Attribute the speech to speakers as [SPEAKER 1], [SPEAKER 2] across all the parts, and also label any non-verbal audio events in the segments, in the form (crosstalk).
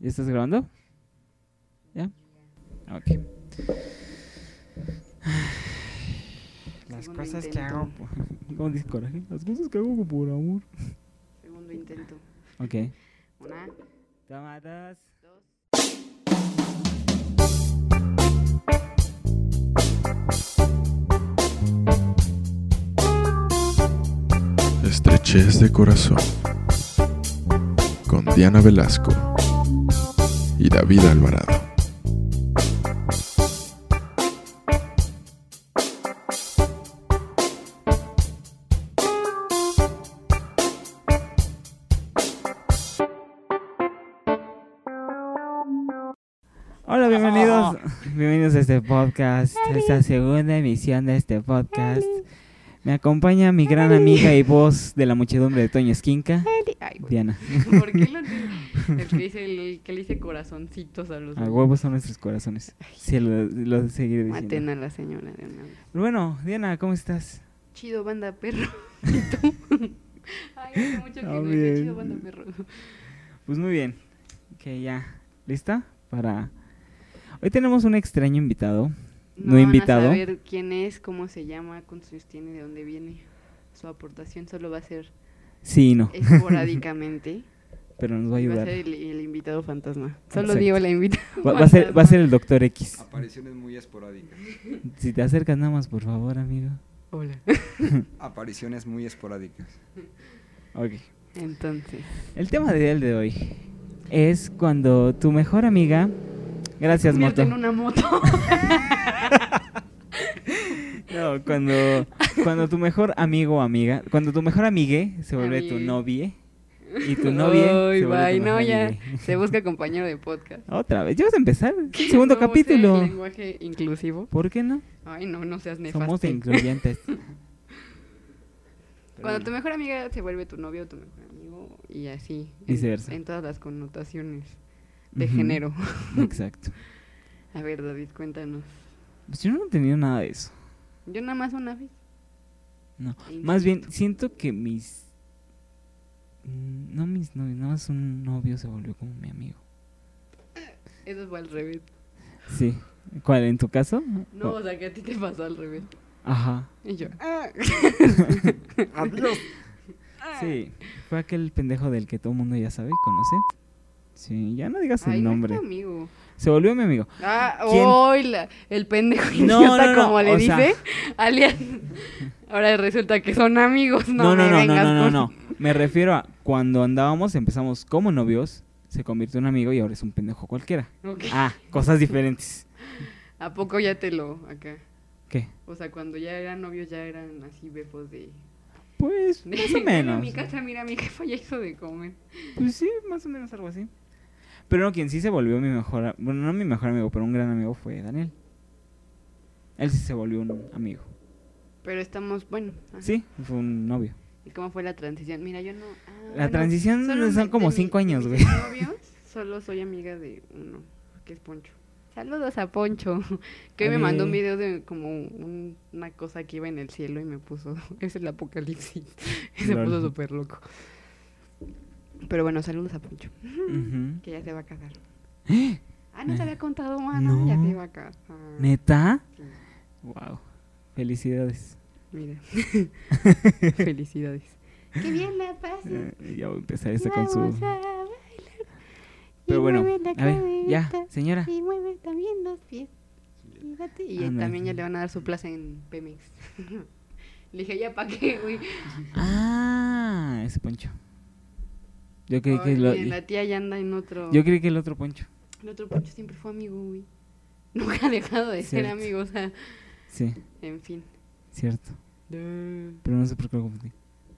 [SPEAKER 1] ¿Ya estás grabando? ¿Ya? Ok. Las
[SPEAKER 2] Segundo
[SPEAKER 1] cosas que
[SPEAKER 2] intento.
[SPEAKER 1] hago. por- ¿Cómo dice coraje? Las cosas que hago por amor.
[SPEAKER 2] Segundo intento.
[SPEAKER 1] Ok.
[SPEAKER 2] Una,
[SPEAKER 1] (laughs) Tomadas.
[SPEAKER 2] dos.
[SPEAKER 3] Estrechez de corazón con Diana Velasco y David Alvarado.
[SPEAKER 1] Hola, bienvenidos. Bienvenidos a este podcast, a esta segunda emisión de este podcast. Me acompaña mi gran amiga y voz de la muchedumbre de Toño Esquinca,
[SPEAKER 2] Ay, güey.
[SPEAKER 1] Diana.
[SPEAKER 2] ¿Por qué lo tiene- el que, dice, el que le dice corazoncitos a los
[SPEAKER 1] A huevos son nuestros corazones. Sí, lo, lo seguiré diciendo.
[SPEAKER 2] Maten a la señora de una vez.
[SPEAKER 1] Bueno, Diana, ¿cómo estás?
[SPEAKER 2] Chido banda perro.
[SPEAKER 1] (laughs)
[SPEAKER 2] ¿Y tú? Ay, hace mucho que
[SPEAKER 1] Ah,
[SPEAKER 2] no dije
[SPEAKER 1] bien.
[SPEAKER 2] chido banda perro.
[SPEAKER 1] Pues muy bien. Que ya. ¿Lista? Para. Hoy tenemos un extraño invitado. No
[SPEAKER 2] van
[SPEAKER 1] invitado.
[SPEAKER 2] a saber quién es, cómo se llama, cuántos años tiene, de dónde viene. Su aportación solo va a ser
[SPEAKER 1] Sí, y no. (laughs)
[SPEAKER 2] esporádicamente.
[SPEAKER 1] Pero nos va a
[SPEAKER 2] y va Eh, a
[SPEAKER 1] ayudar.
[SPEAKER 2] ser el, el invitado fantasma. Solo
[SPEAKER 1] Exacto.
[SPEAKER 2] Diego la invita.
[SPEAKER 1] Va, va a ser, va a ser el Doctor X.
[SPEAKER 4] Apariciones muy esporádicas.
[SPEAKER 1] Si te acercas nada más, por favor, amigo. (laughs)
[SPEAKER 2] Hola.
[SPEAKER 4] Apariciones muy esporádicas.
[SPEAKER 1] Ok.
[SPEAKER 2] Entonces.
[SPEAKER 1] El tema del de hoy es cuando tu mejor amiga. Gracias,
[SPEAKER 2] convierte
[SPEAKER 1] Moto.
[SPEAKER 2] en una moto.
[SPEAKER 1] (laughs) No, cuando, cuando tu mejor amigo o amiga, cuando tu mejor amigue se vuelve tu
[SPEAKER 2] Amigue.
[SPEAKER 1] novie y tu novia
[SPEAKER 2] Ay,
[SPEAKER 1] se vuelve
[SPEAKER 2] bye,
[SPEAKER 1] tu
[SPEAKER 2] no,
[SPEAKER 1] mejor
[SPEAKER 2] ya.
[SPEAKER 1] amigue.
[SPEAKER 2] (laughs) Se busca compañero de podcast.
[SPEAKER 1] Otra vez, ya vas a empezar. (laughs) Segundo
[SPEAKER 2] Vamos a hacer
[SPEAKER 1] capítulo.
[SPEAKER 2] lenguaje inclusivo.
[SPEAKER 1] ¿Por qué no?
[SPEAKER 2] Ay, no, no seas nefasto. (laughs)
[SPEAKER 1] Somos incluyentes. (laughs)
[SPEAKER 2] Cuando tu mejor amiga se vuelve tu novio o tu mejor amigo y así. en-
[SPEAKER 1] Viceversa.
[SPEAKER 2] En, todas las connotaciones de género. (laughs)
[SPEAKER 1] Exacto.
[SPEAKER 2] A ver, David, cuéntanos.
[SPEAKER 1] Pues yo no he tenido nada de eso.
[SPEAKER 2] Yo nada más una vez.
[SPEAKER 1] No.
[SPEAKER 2] Insisto.
[SPEAKER 1] Más bien, siento que mis. mm, No mis novios, nada más un novio se volvió como mi amigo.
[SPEAKER 2] Eso fue al revés.
[SPEAKER 1] Sí. ¿Cuál? ¿En tu caso?
[SPEAKER 2] No, o sea, que a ti te pasó al revés.
[SPEAKER 1] Ajá.
[SPEAKER 2] Y yo, ah,
[SPEAKER 1] Ah,
[SPEAKER 4] Adiós.
[SPEAKER 1] Sí. Fue aquel pendejo del que todo el mundo ya sabe y conoce. Sí, ya no digas
[SPEAKER 2] ay,
[SPEAKER 1] el
[SPEAKER 2] no es
[SPEAKER 1] nombre.
[SPEAKER 2] tu amigo.
[SPEAKER 1] Se volvió mi amigo.
[SPEAKER 2] Ah,
[SPEAKER 1] ¿Quién?
[SPEAKER 2] hoy la- el pendejo (laughs)
[SPEAKER 1] No,
[SPEAKER 2] idiota,
[SPEAKER 1] no, no,
[SPEAKER 2] como le
[SPEAKER 1] o sea- (laughs)
[SPEAKER 2] dice, alias. Ahora resulta que son amigos, no,
[SPEAKER 1] No, no,
[SPEAKER 2] me
[SPEAKER 1] no, no,
[SPEAKER 2] vengas
[SPEAKER 1] no, no,
[SPEAKER 2] con-
[SPEAKER 1] no. Me refiero a cuando andábamos, empezamos como novios, se convirtió en amigo y ahora es un pendejo cualquiera.
[SPEAKER 2] (laughs) Ok.
[SPEAKER 1] Ah, cosas diferentes.
[SPEAKER 2] ¿A poco ya te lo acá?
[SPEAKER 1] ¿Qué?
[SPEAKER 2] O sea, cuando ya eran novios ya eran así befos de... (laughs)
[SPEAKER 1] Pues
[SPEAKER 2] de
[SPEAKER 1] más o
[SPEAKER 2] "Ven a
[SPEAKER 1] menos.
[SPEAKER 2] mi casa, mira, mi jefa ya hizo de comer.
[SPEAKER 1] Pues sí, más o menos algo así. Pero no, quien sí se volvió mi mejor, a- bueno, no mi mejor amigo, pero un gran amigo fue Daniel. Él sí se volvió un amigo.
[SPEAKER 2] Pero estamos, bueno. ajá.
[SPEAKER 1] Sí, fue un
[SPEAKER 2] (laughs)
[SPEAKER 1] novio.
[SPEAKER 2] ¿Y cómo fue la transición? Mira, yo no... ah,
[SPEAKER 1] La
[SPEAKER 2] bueno,
[SPEAKER 1] transición
[SPEAKER 2] solo
[SPEAKER 1] son
[SPEAKER 2] me-
[SPEAKER 1] como
[SPEAKER 2] de mi-
[SPEAKER 1] cinco
[SPEAKER 2] de
[SPEAKER 1] años,
[SPEAKER 2] mis
[SPEAKER 1] güey.
[SPEAKER 2] novios, solo soy amiga de uno, que es Poncho. Saludos a Poncho, (laughs) que hoy me mandó un
[SPEAKER 1] Oye.
[SPEAKER 2] video de como un- una cosa que iba en el cielo y me puso, (laughs) es el apocalipsis, (laughs) y se
[SPEAKER 1] Lol.
[SPEAKER 2] puso súper loco. Pero bueno, saludos a Poncho,
[SPEAKER 1] Ujú. (gasps)
[SPEAKER 2] que ya se va a casar. Ah, no te había contado, mana,
[SPEAKER 1] Eh. No.
[SPEAKER 2] ya se va a casar. Ah,
[SPEAKER 1] ¿Neta?
[SPEAKER 2] Sí.
[SPEAKER 1] Wow. Felicidades.
[SPEAKER 2] Mira, (laughs) felicidades. Qué bien la pasas.
[SPEAKER 1] Eh, ya voy a empezar esta con su...
[SPEAKER 2] Vamos a bailar.
[SPEAKER 1] Pero
[SPEAKER 2] Y
[SPEAKER 1] bueno,
[SPEAKER 2] mueve la
[SPEAKER 1] a ver, ya,
[SPEAKER 2] cabeza.
[SPEAKER 1] señora.
[SPEAKER 2] Y mueve también los pies. Fíjate. Este, Y
[SPEAKER 1] Ándale.
[SPEAKER 2] también ya le van a dar su plaza en Pemex. (laughs) le dije, ya para qué,
[SPEAKER 1] (laughs)
[SPEAKER 2] güey.
[SPEAKER 1] Ah, ese poncho. Yo creí que
[SPEAKER 2] Ay,
[SPEAKER 1] lo-
[SPEAKER 2] La tía ya anda en otro.
[SPEAKER 1] yo creí que el otro poncho.
[SPEAKER 2] El otro Poncho siempre fue amigo, güey. (laughs) Nunca ha dejado de ser
[SPEAKER 1] Cierto.
[SPEAKER 2] amigo, o sea,
[SPEAKER 1] Sí,
[SPEAKER 2] en fin.
[SPEAKER 1] cierto.
[SPEAKER 2] Duh,
[SPEAKER 1] Pero no sé por qué lo confundí.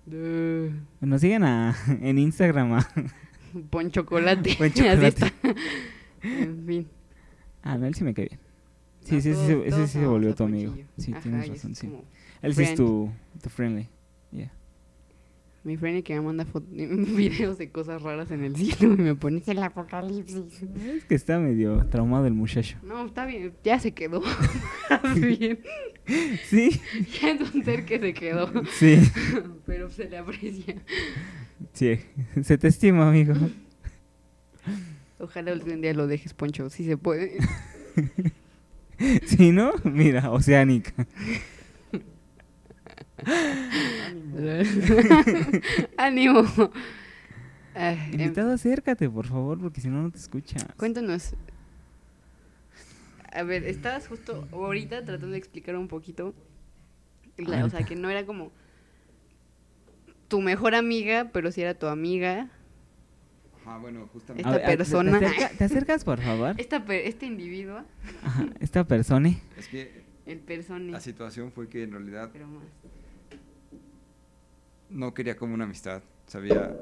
[SPEAKER 2] duh.
[SPEAKER 1] Bueno, sigan a, (laughs) en Instagram a,
[SPEAKER 2] (laughs) Pon chocolate.
[SPEAKER 1] Pon
[SPEAKER 2] (laughs) así
[SPEAKER 1] chocolate.
[SPEAKER 2] está. en fin.
[SPEAKER 1] Ah, no, él sí me cae bien. Sí,
[SPEAKER 2] No,
[SPEAKER 1] sí, sí,
[SPEAKER 2] todos-
[SPEAKER 1] se- ese
[SPEAKER 2] todos
[SPEAKER 1] sí se
[SPEAKER 2] amamos
[SPEAKER 1] volvió
[SPEAKER 2] a
[SPEAKER 1] tu amigo.
[SPEAKER 2] Ponchillo.
[SPEAKER 1] Sí,
[SPEAKER 2] Ajá,
[SPEAKER 1] tienes
[SPEAKER 2] y es
[SPEAKER 1] razón, sí.
[SPEAKER 2] como
[SPEAKER 1] Él sí es
[SPEAKER 2] friend.
[SPEAKER 1] tu, tu friendly. Yeah.
[SPEAKER 2] Mi friend que me manda fo- (laughs) videos de cosas raras en el cielo y me pone "Es el apocalipsis.
[SPEAKER 1] Es que está medio traumado el
[SPEAKER 2] (laughs)
[SPEAKER 1] muchacho.
[SPEAKER 2] No, está bien, ya se
[SPEAKER 1] (laughs)
[SPEAKER 2] quedó. (laughs) Más bien,
[SPEAKER 1] Sí,
[SPEAKER 2] (laughs) ya es un ser que se quedó. (laughs)
[SPEAKER 1] sí,
[SPEAKER 2] Pero se le aprecia. (laughs)
[SPEAKER 1] sí. Se te estima, amigo.
[SPEAKER 2] Ojalá algún día lo dejes, Poncho, si se (laughs) puede.
[SPEAKER 1] ¿Sí, no? Mira, oceánica.
[SPEAKER 2] (laughs) Ánimo. Ah, em,
[SPEAKER 1] Invitado, acércate, por favor, porque si no, no te escuchas.
[SPEAKER 2] cuéntanos. A ver, estabas justo ahorita tratando de explicar un poquito. la- o sea, que no era como tu mejor amiga, pero sí era tu amiga.
[SPEAKER 4] Ah, bueno, justamente.
[SPEAKER 1] A
[SPEAKER 2] esta
[SPEAKER 1] ver, a- ¿te-
[SPEAKER 2] persona.
[SPEAKER 1] ¿Te, acerca- te acercas, por favor?
[SPEAKER 2] Esta, pe- este individuo,
[SPEAKER 1] Ajá, esta persona.
[SPEAKER 4] Es que
[SPEAKER 2] el persone,
[SPEAKER 4] la situación fue que en realidad
[SPEAKER 2] pero más.
[SPEAKER 4] no quería como una amistad. Sabía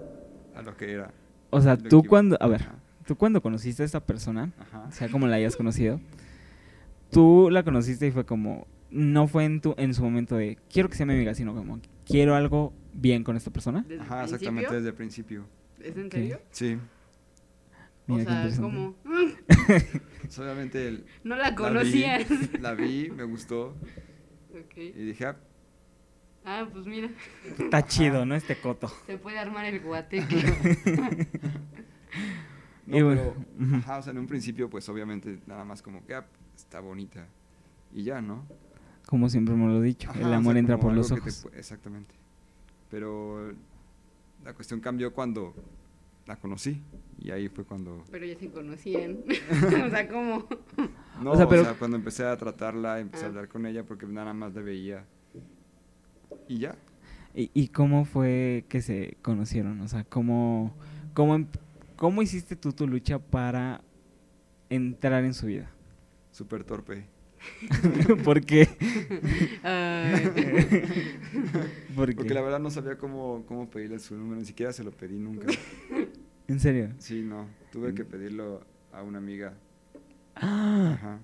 [SPEAKER 4] a lo que era.
[SPEAKER 1] O sea,
[SPEAKER 4] lo
[SPEAKER 1] tú
[SPEAKER 4] equivo-
[SPEAKER 1] cuando. A ver,
[SPEAKER 4] Ajá,
[SPEAKER 1] tú cuando conociste a esta persona,
[SPEAKER 4] Ajá.
[SPEAKER 1] o sea, como la hayas conocido, tú la conociste y fue como. No fue en, tu, en su momento de quiero que sea mi amiga, sino como quiero algo bien con esta persona.
[SPEAKER 2] Desde
[SPEAKER 4] Ajá,
[SPEAKER 2] el
[SPEAKER 4] exactamente
[SPEAKER 2] principio.
[SPEAKER 4] desde el principio.
[SPEAKER 2] ¿Es en
[SPEAKER 1] Ok.
[SPEAKER 2] serio?
[SPEAKER 4] Sí.
[SPEAKER 1] Mira qué
[SPEAKER 2] o sea,
[SPEAKER 1] interesante.
[SPEAKER 2] como, (laughs)
[SPEAKER 4] Solamente el,
[SPEAKER 2] no la conocías.
[SPEAKER 4] La vi, la vi, me gustó
[SPEAKER 2] (laughs) Ok.
[SPEAKER 4] y dije, ah,
[SPEAKER 2] Ah, pues mira,
[SPEAKER 1] Está chido, ¿no? Este coto.
[SPEAKER 2] se puede armar el guate.
[SPEAKER 4] no,
[SPEAKER 1] Y
[SPEAKER 4] pero,
[SPEAKER 1] bueno, ujú.
[SPEAKER 4] ajá, o sea, en un principio, pues obviamente nada más como que, ah, está bonita y ya, ¿no?
[SPEAKER 1] Como siempre hemos lo dicho,
[SPEAKER 4] Ajá, o
[SPEAKER 1] el
[SPEAKER 4] sea,
[SPEAKER 1] amor entra
[SPEAKER 4] como
[SPEAKER 1] por los
[SPEAKER 4] algo que te
[SPEAKER 1] ojos.
[SPEAKER 4] pu- exactamente. Pero la cuestión cambió cuando la conocí y ahí
[SPEAKER 1] (gasps)
[SPEAKER 4] fue cuando...
[SPEAKER 2] Pero ya se conocían. (laughs) o sea, como.
[SPEAKER 4] No,
[SPEAKER 1] O sea, pero-
[SPEAKER 4] cuando empecé a tratarla, empecé
[SPEAKER 2] Ah.
[SPEAKER 4] a hablar con ella porque nada más la veía y ya.
[SPEAKER 1] ¿Y, y cómo fue que se conocieron? O sea, ¿cómo, cómo, em- cómo hiciste tú tu lucha para entrar en su vida? (laughs)
[SPEAKER 4] Súper torpe. (laughs)
[SPEAKER 1] Porque,
[SPEAKER 2] Ah, Ay.
[SPEAKER 1] porque,
[SPEAKER 4] Porque la verdad no sabía cómo, cómo pedirle su número, ni siquiera se lo pedí
[SPEAKER 1] (laughs)
[SPEAKER 4] nunca.
[SPEAKER 1] en
[SPEAKER 4] (laughs)
[SPEAKER 1] serio. (laughs)
[SPEAKER 4] Sí, no, tuve que pedirlo a una amiga.
[SPEAKER 1] Mm. Ah,
[SPEAKER 4] Ajá.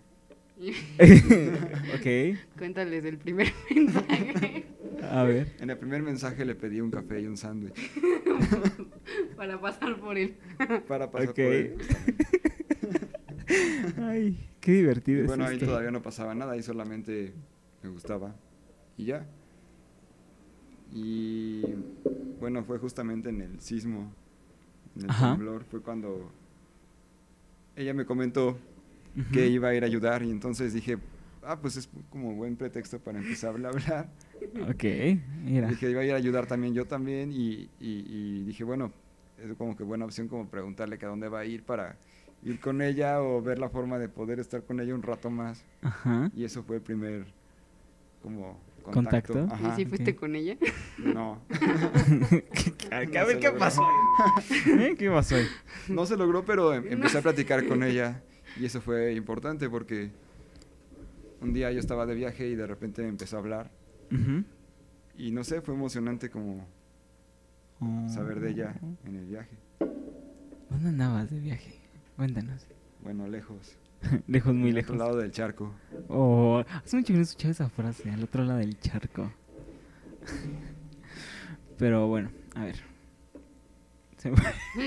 [SPEAKER 1] ok,
[SPEAKER 2] Cuéntales el primer (laughs) mensaje
[SPEAKER 1] a ver.
[SPEAKER 4] En el primer mensaje le pedí un café y
[SPEAKER 1] (laughs)
[SPEAKER 4] un sándwich
[SPEAKER 2] para pasar por él.
[SPEAKER 4] para pasar
[SPEAKER 1] Ok.
[SPEAKER 4] por
[SPEAKER 1] (laughs)
[SPEAKER 4] él.
[SPEAKER 1] Ay, qué
[SPEAKER 4] Y
[SPEAKER 1] divertido. es
[SPEAKER 4] bueno, ahí
[SPEAKER 1] esto.
[SPEAKER 4] todavía no pasaba nada, ahí solamente me gustaba. Y ya. Y bueno, fue justamente en el sismo, en el
[SPEAKER 1] Ajá.
[SPEAKER 4] temblor, fue cuando ella me comentó
[SPEAKER 1] Ujú.
[SPEAKER 4] que iba a ir a ayudar y entonces dije, ah, pues es como buen pretexto para empezar a hablar.
[SPEAKER 1] Ok, mira.
[SPEAKER 4] Dije, iba a ir a ayudar también yo también y, y- y dije, bueno, es como que buena opción como preguntarle que a dónde va a ir para ir con ella o ver la forma de poder estar con ella un rato más.
[SPEAKER 1] Ajá.
[SPEAKER 4] Y eso fue el primer como
[SPEAKER 1] ¿Contacto?
[SPEAKER 4] contacto.
[SPEAKER 2] ¿Y
[SPEAKER 4] Ajá.
[SPEAKER 2] si fuiste
[SPEAKER 1] ok.
[SPEAKER 2] con ella?
[SPEAKER 4] No,
[SPEAKER 1] A ver,
[SPEAKER 4] "Ah, No
[SPEAKER 1] a ver, (laughs)
[SPEAKER 4] se
[SPEAKER 1] ¿qué
[SPEAKER 4] logró.
[SPEAKER 1] pasó? (laughs) ¿Eh? ¿Qué pasó? ahí?
[SPEAKER 4] no se logró, pero em- empecé a platicar con ella y eso fue importante porque un día yo estaba de viaje y de repente me empezó a hablar
[SPEAKER 1] Ujú.
[SPEAKER 4] y no sé, fue emocionante como
[SPEAKER 1] Oh.
[SPEAKER 4] saber de ella en el viaje.
[SPEAKER 1] ¿Dónde andabas de viaje?
[SPEAKER 4] (laughs)
[SPEAKER 1] Cuéntanos.
[SPEAKER 4] Bueno, lejos.
[SPEAKER 1] lejos, muy
[SPEAKER 4] del otro
[SPEAKER 1] lejos.
[SPEAKER 4] lado del charco.
[SPEAKER 1] Oh, hace mucho que no escuchaba esa frase, al otro lado del charco. (laughs) Pero bueno, a ver. Se me,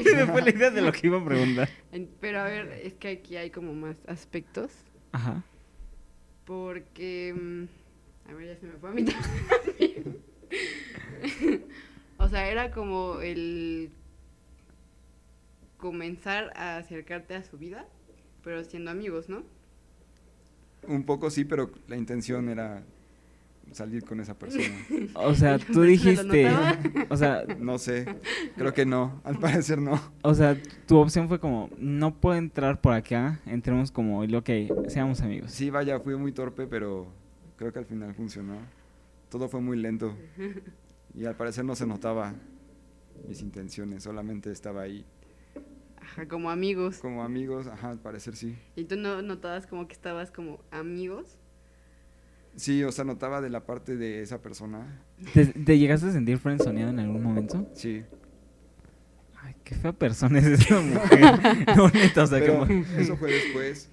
[SPEAKER 1] se me fue (laughs) la idea de lo que iba a preguntar.
[SPEAKER 2] En- Pero a ver, es que aquí hay como más aspectos.
[SPEAKER 1] Ajá.
[SPEAKER 2] Porque. mm, A ver, ya se me fue a mí también. (laughs) O sea, era como el. comenzar a acercarte a su vida, pero siendo amigos, ¿no?
[SPEAKER 4] Un poco sí, pero la intención era salir con esa
[SPEAKER 1] (laughs)
[SPEAKER 4] persona.
[SPEAKER 1] O sea,
[SPEAKER 2] La
[SPEAKER 1] tú (laughs)
[SPEAKER 2] persona lo
[SPEAKER 1] dijiste.
[SPEAKER 2] notaba.
[SPEAKER 1] O sea,
[SPEAKER 4] No sé, creo que no, al parecer no.
[SPEAKER 1] o sea, tu opción fue como: no puedo entrar por acá, entremos como, el ok, seamos amigos.
[SPEAKER 4] Sí, vaya, fui muy torpe, pero creo que al final funcionó. Todo fue muy lento y al parecer no se notaba mis intenciones, solamente estaba ahí
[SPEAKER 2] Ajá, como amigos.
[SPEAKER 4] como amigos, ajá, al parecer sí.
[SPEAKER 2] Y tú no notabas como que estabas como amigos.
[SPEAKER 4] Sí, o sea, notaba de la parte de esa persona,
[SPEAKER 1] ¿Te, te llegaste a sentir friendzoneado en algún momento?
[SPEAKER 4] sí.
[SPEAKER 1] Ay, qué fea persona es esa mujer. No, neta, o sea,
[SPEAKER 4] Pero
[SPEAKER 1] como-
[SPEAKER 4] eso fue después.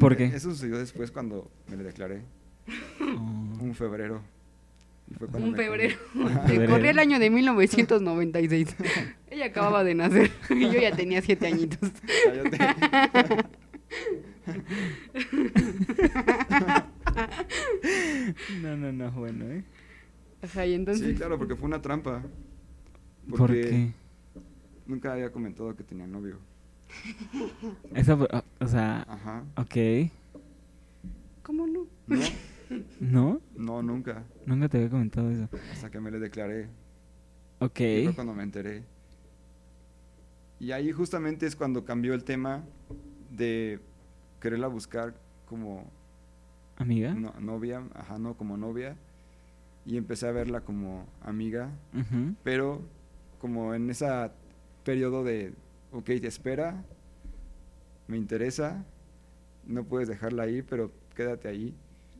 [SPEAKER 1] ¿Por qué?
[SPEAKER 4] Eso sucedió después cuando me le declaré,
[SPEAKER 1] Oh.
[SPEAKER 4] un febrero. Y fue cuando
[SPEAKER 2] Un
[SPEAKER 4] me- (laughs)
[SPEAKER 2] febrero. (laughs)
[SPEAKER 1] Febrero.
[SPEAKER 2] Corría el año de 1996. (laughs) Ella acababa de nacer (laughs) y yo ya tenía siete añitos.
[SPEAKER 4] Ah, yo te-
[SPEAKER 2] (laughs)
[SPEAKER 1] No, no, no, bueno, ¿eh?
[SPEAKER 2] Ajá, y entonces.
[SPEAKER 4] Sí, claro, porque fue una trampa.
[SPEAKER 1] ¿Por qué?
[SPEAKER 4] Nunca había comentado que tenía novio.
[SPEAKER 1] Esa, o- o sea,
[SPEAKER 4] Ajá.
[SPEAKER 1] ok.
[SPEAKER 2] ¿Cómo no?
[SPEAKER 4] No,
[SPEAKER 1] ¿No?
[SPEAKER 4] no, nunca.
[SPEAKER 1] Nunca te había comentado eso.
[SPEAKER 4] Hasta que me le declaré.
[SPEAKER 1] Ok.
[SPEAKER 4] Y fue cuando me enteré. Y ahí justamente es cuando cambió el tema de quererla buscar como
[SPEAKER 1] ¿Amiga?
[SPEAKER 4] no- novia, ajá, no, como novia. Y empecé a verla como amiga,
[SPEAKER 1] Ujú.
[SPEAKER 4] pero como en ese periodo de, ok, te espera, me interesa, no puedes dejarla ahí, pero quédate ahí.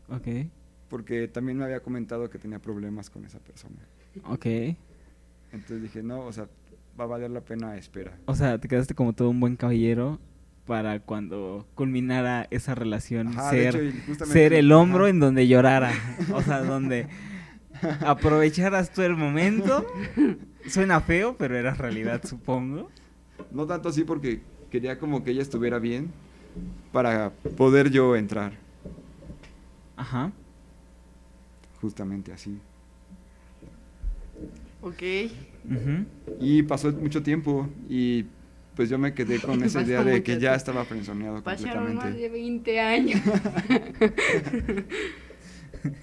[SPEAKER 1] Ok.
[SPEAKER 4] Porque también me había comentado que tenía problemas con esa persona.
[SPEAKER 1] Ok.
[SPEAKER 4] Entonces dije, no, o sea, va a valer la pena espera.
[SPEAKER 1] O sea, te quedaste como todo un buen caballero para cuando culminara esa relación.
[SPEAKER 4] Ajá, de
[SPEAKER 1] ser
[SPEAKER 4] hecho, y justamente-
[SPEAKER 1] ser el hombro
[SPEAKER 4] ajá.
[SPEAKER 1] en donde llorara. O
[SPEAKER 4] (laughs)
[SPEAKER 1] sea, donde aprovecharas tú el momento. Suena feo, pero era realidad, supongo.
[SPEAKER 4] No tanto así porque quería como que ella estuviera bien para poder yo entrar,
[SPEAKER 1] Ajá.
[SPEAKER 4] justamente así.
[SPEAKER 2] Ok.
[SPEAKER 1] Ujú.
[SPEAKER 4] Y pasó mucho tiempo y pues yo me quedé con esa
[SPEAKER 2] Pasó
[SPEAKER 4] idea de
[SPEAKER 2] mucho
[SPEAKER 4] que ya
[SPEAKER 2] tiempo.
[SPEAKER 4] estaba frenzoneado
[SPEAKER 2] Pasaron más
[SPEAKER 4] completamente.
[SPEAKER 2] de 20 (laughs) años.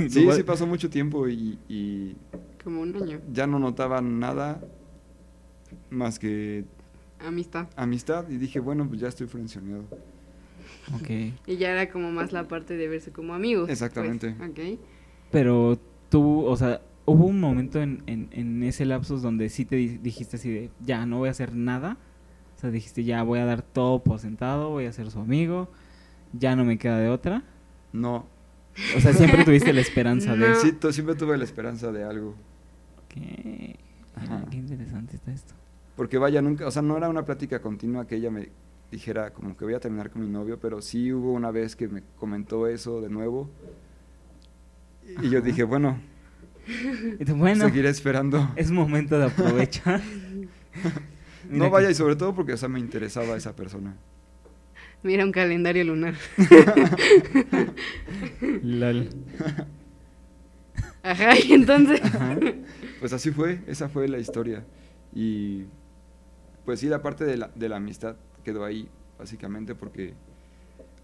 [SPEAKER 4] Sí, sí pasó mucho tiempo y, y
[SPEAKER 2] Como un año.
[SPEAKER 4] ya no notaba nada más que
[SPEAKER 2] Amistad.
[SPEAKER 4] amistad y dije, bueno, pues ya estoy frenzoneado.
[SPEAKER 1] Ok.
[SPEAKER 2] Y ya era como más la parte de verse como amigos. pues.
[SPEAKER 4] Exactamente.
[SPEAKER 2] Ok.
[SPEAKER 1] Pero tú, o sea, hubo un momento en, en, en ese lapsus donde sí te di- dijiste así de, ya, no voy a hacer nada. O sea, dijiste, ya, voy a dar todo por sentado, voy a ser su amigo, ya no me queda de otra.
[SPEAKER 4] No,
[SPEAKER 1] O sea,
[SPEAKER 2] (laughs)
[SPEAKER 1] siempre tuviste la esperanza de...
[SPEAKER 2] No.
[SPEAKER 4] sí, tu- siempre tuve la esperanza de algo.
[SPEAKER 1] Ok, mira,
[SPEAKER 4] Ajá.
[SPEAKER 1] qué interesante está
[SPEAKER 2] (laughs)
[SPEAKER 1] esto.
[SPEAKER 4] Porque vaya, nunca, o sea, no era una plática continua que ella me dijera como que voy a terminar con mi novio, pero sí hubo una vez que me comentó eso de nuevo. Y yo
[SPEAKER 1] Ajá.
[SPEAKER 4] dije, bueno,
[SPEAKER 1] Y tú, Bueno,
[SPEAKER 4] seguiré esperando.
[SPEAKER 1] es momento de
[SPEAKER 2] (laughs)
[SPEAKER 1] aprovechar. Mira
[SPEAKER 4] no
[SPEAKER 1] que-
[SPEAKER 4] vaya, y sobre todo porque, o sea, me interesaba esa persona.
[SPEAKER 2] Mira un calendario
[SPEAKER 4] (laughs)
[SPEAKER 2] lunar.
[SPEAKER 1] Lol.
[SPEAKER 2] Ajá, y entonces.
[SPEAKER 1] Ajá.
[SPEAKER 4] Pues así fue, esa fue la historia. Y pues sí, la parte de la, de la amistad quedó ahí, básicamente, porque,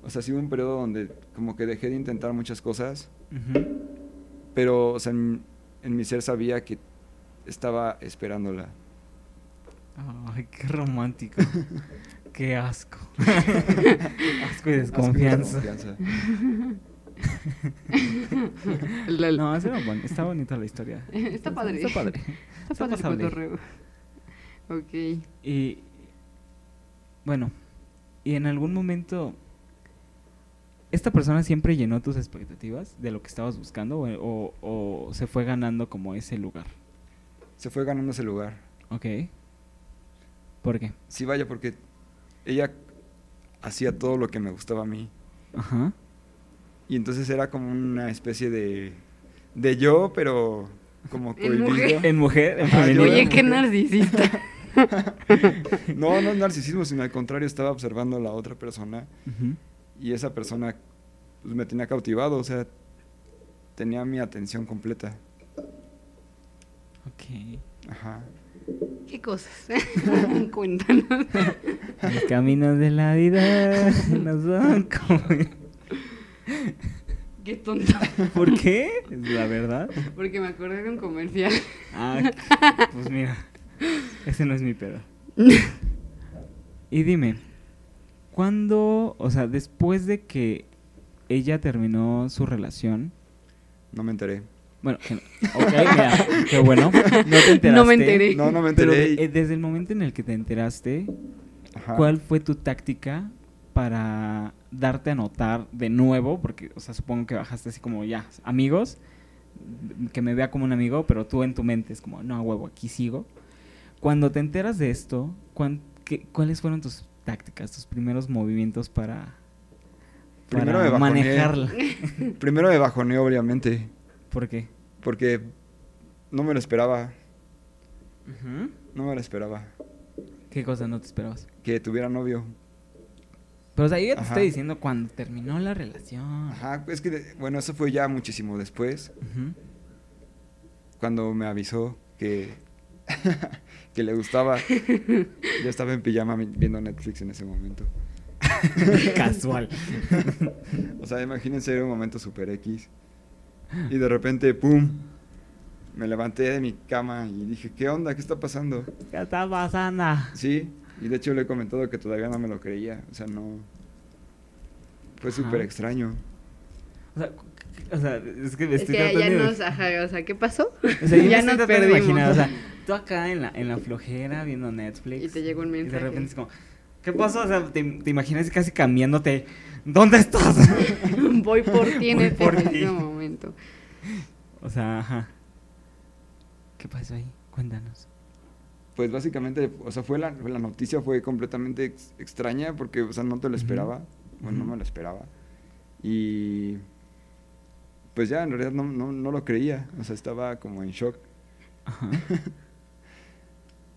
[SPEAKER 4] o sea, sí hubo un periodo donde como que dejé de intentar muchas cosas.
[SPEAKER 1] Ujú.
[SPEAKER 4] Pero, o sea, en, en mi ser sabía que estaba esperándola.
[SPEAKER 1] Ay, qué romántico. qué
[SPEAKER 2] (laughs)
[SPEAKER 1] asco. asco y desconfianza.
[SPEAKER 4] Desconfianza.
[SPEAKER 2] (laughs) Lol.
[SPEAKER 1] No, ese era buen- está bonita la historia.
[SPEAKER 2] Está padre.
[SPEAKER 1] Está padre.
[SPEAKER 2] Está padre el
[SPEAKER 1] pasable.
[SPEAKER 2] cotorreo. Ok.
[SPEAKER 1] Y bueno, y en algún momento esta persona siempre llenó tus expectativas de lo que estabas buscando o, o- o se fue ganando como ese lugar,
[SPEAKER 4] Se fue ganando ese lugar.
[SPEAKER 1] ¿ok? ¿Por qué?
[SPEAKER 4] Sí, vaya, porque ella hacía todo lo que me gustaba a mí.
[SPEAKER 1] Ajá.
[SPEAKER 4] Y entonces era como una especie de, de yo, pero como
[SPEAKER 2] En
[SPEAKER 4] cohibido.
[SPEAKER 1] (laughs) En mujer, en
[SPEAKER 4] Ajá, yo
[SPEAKER 1] femenino.
[SPEAKER 4] era
[SPEAKER 2] Oye, qué
[SPEAKER 4] mujer.
[SPEAKER 2] narcisista.
[SPEAKER 4] (laughs) No, no es narcisismo, sino al contrario, estaba observando a la otra persona
[SPEAKER 1] Ujú.
[SPEAKER 4] y esa persona pues, me tenía cautivado, o sea, tenía mi atención completa.
[SPEAKER 1] Ok.
[SPEAKER 4] Ajá.
[SPEAKER 2] ¿Qué cosas? (laughs) Cuéntanos.
[SPEAKER 1] Los caminos de la vida (laughs) no son como...
[SPEAKER 2] Qué tonto.
[SPEAKER 1] ¿Por qué? Es la verdad.
[SPEAKER 2] Porque me acordé de un comercial.
[SPEAKER 1] Ah, pues mira, ese no es mi pedo. Y dime, ¿cuándo, o sea, después de que ella terminó su relación,
[SPEAKER 4] No me enteré.
[SPEAKER 1] bueno, que no- ok, mira, qué bueno, no te enteraste.
[SPEAKER 2] No me enteré.
[SPEAKER 4] No, no me
[SPEAKER 1] Pero
[SPEAKER 4] enteré. y-
[SPEAKER 1] eh, desde el momento en el que te enteraste,
[SPEAKER 4] Ajá.
[SPEAKER 1] ¿cuál fue tu táctica para darte a notar de nuevo? Porque, o sea, supongo que bajaste así como ya, amigos, que me vea como un amigo, pero tú en tu mente es como, no, a huevo, aquí sigo. Cuando te enteras de esto, ¿cuán- qué- ¿cuáles fueron tus tácticas, tus primeros movimientos para, para
[SPEAKER 4] Primero me bajoneé. (laughs)
[SPEAKER 1] manejarla?
[SPEAKER 4] Primero me bajoneó, obviamente,
[SPEAKER 1] ¿Por qué?
[SPEAKER 4] porque no me lo esperaba, no me lo esperaba,
[SPEAKER 1] ¿Qué cosa no te esperabas?
[SPEAKER 4] que tuviera novio.
[SPEAKER 1] Pero, o sea, yo ya te
[SPEAKER 4] Ajá.
[SPEAKER 1] estoy diciendo cuando terminó la relación.
[SPEAKER 4] Ajá, es que, de- bueno, eso fue ya muchísimo después,
[SPEAKER 1] Ujú.
[SPEAKER 4] cuando me avisó que (laughs) que le gustaba. Yo estaba en pijama mi- viendo Netflix en ese momento.
[SPEAKER 1] (laughs) Casual.
[SPEAKER 4] (laughs) O sea, imagínense era un momento super X. Y de repente, ¡pum! Me levanté de mi cama y dije, ¿qué onda? ¿Qué está pasando?
[SPEAKER 1] ¿Qué está pasando?
[SPEAKER 4] Sí, y de hecho le he comentado que todavía no me lo creía. O sea, no. Fue
[SPEAKER 1] Ajá.
[SPEAKER 4] súper extraño.
[SPEAKER 1] O sea, cu- o sea, es que me
[SPEAKER 2] Es
[SPEAKER 1] estoy
[SPEAKER 2] que ya
[SPEAKER 1] tratando de-
[SPEAKER 2] nos, ajá, o sea, ¿qué pasó?
[SPEAKER 1] (laughs) O sea, yo me
[SPEAKER 2] (laughs) ya
[SPEAKER 1] estoy tratando
[SPEAKER 2] nos
[SPEAKER 1] de
[SPEAKER 2] perdimos.
[SPEAKER 1] imaginar, o sea, tú acá en la, en la flojera viendo Netflix.
[SPEAKER 2] Y te llega un
[SPEAKER 1] Y de
[SPEAKER 2] mensaje.
[SPEAKER 1] repente es como, ¿qué pasó? O sea, te, te imaginas casi cambiándote. ¿Dónde estás?
[SPEAKER 2] (laughs)
[SPEAKER 1] (laughs)
[SPEAKER 2] Voy por ti en
[SPEAKER 1] Voy
[SPEAKER 2] este
[SPEAKER 1] por ti.
[SPEAKER 2] preciso momento. (laughs)
[SPEAKER 1] o sea, ajá. ¿Qué pasó ahí? Cuéntanos.
[SPEAKER 4] Pues básicamente, o sea, fue la, la noticia fue completamente ex- extraña porque, o sea, no te lo
[SPEAKER 1] Ujú.
[SPEAKER 4] esperaba. Bueno, no
[SPEAKER 1] Ujú.
[SPEAKER 4] me lo esperaba. Y. Pues ya, en realidad no, no, no lo creía. O sea, estaba como en shock.
[SPEAKER 1] Ajá.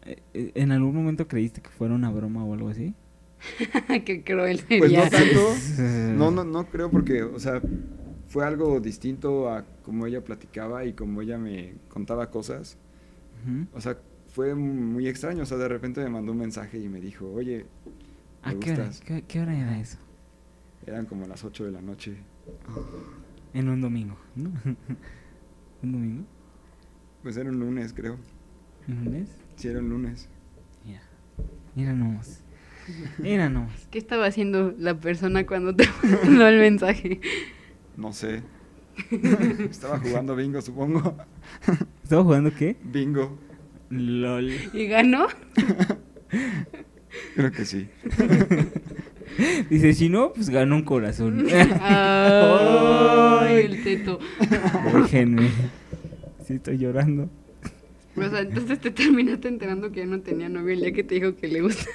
[SPEAKER 1] Eh, eh, ¿En algún momento creíste que fuera una broma o algo así?
[SPEAKER 2] Qué cruel sería.
[SPEAKER 4] Pues
[SPEAKER 1] (laughs)
[SPEAKER 4] no tanto.
[SPEAKER 1] Sí.
[SPEAKER 4] No, no, no creo porque, o sea, fue algo distinto a como ella platicaba y como ella me contaba cosas.
[SPEAKER 1] Ujú.
[SPEAKER 4] O sea, fue muy extraño. O sea, de repente me mandó un mensaje y me dijo, oye,
[SPEAKER 1] ¿A
[SPEAKER 4] me
[SPEAKER 1] Ah, qué hora,
[SPEAKER 4] gustas.
[SPEAKER 1] qué, qué hora era eso?
[SPEAKER 4] Eran como las 8 de la noche.
[SPEAKER 1] En un domingo, ¿no? (laughs) ¿Un domingo?
[SPEAKER 4] Pues era un lunes, creo.
[SPEAKER 1] ¿Un lunes?
[SPEAKER 4] Sí, era un lunes.
[SPEAKER 1] Mira. Mira nomás.
[SPEAKER 4] (laughs)
[SPEAKER 1] Mira nomás.
[SPEAKER 2] ¿Qué estaba haciendo la persona cuando te mandó el mensaje?
[SPEAKER 4] No sé. (laughs) Estaba jugando bingo, supongo.
[SPEAKER 1] ¿Estaba jugando qué?
[SPEAKER 4] Bingo.
[SPEAKER 1] LOL. (laughs)
[SPEAKER 2] ¿Y ganó?
[SPEAKER 4] Creo que sí.
[SPEAKER 1] Dice, si no, pues ganó un
[SPEAKER 4] (laughs)
[SPEAKER 1] corazón.
[SPEAKER 2] Ay, el teto.
[SPEAKER 1] Déjenme. Sí, estoy llorando.
[SPEAKER 2] O sea, entonces te terminaste enterando que ya no tenía novio el día que te dijo que le gusta.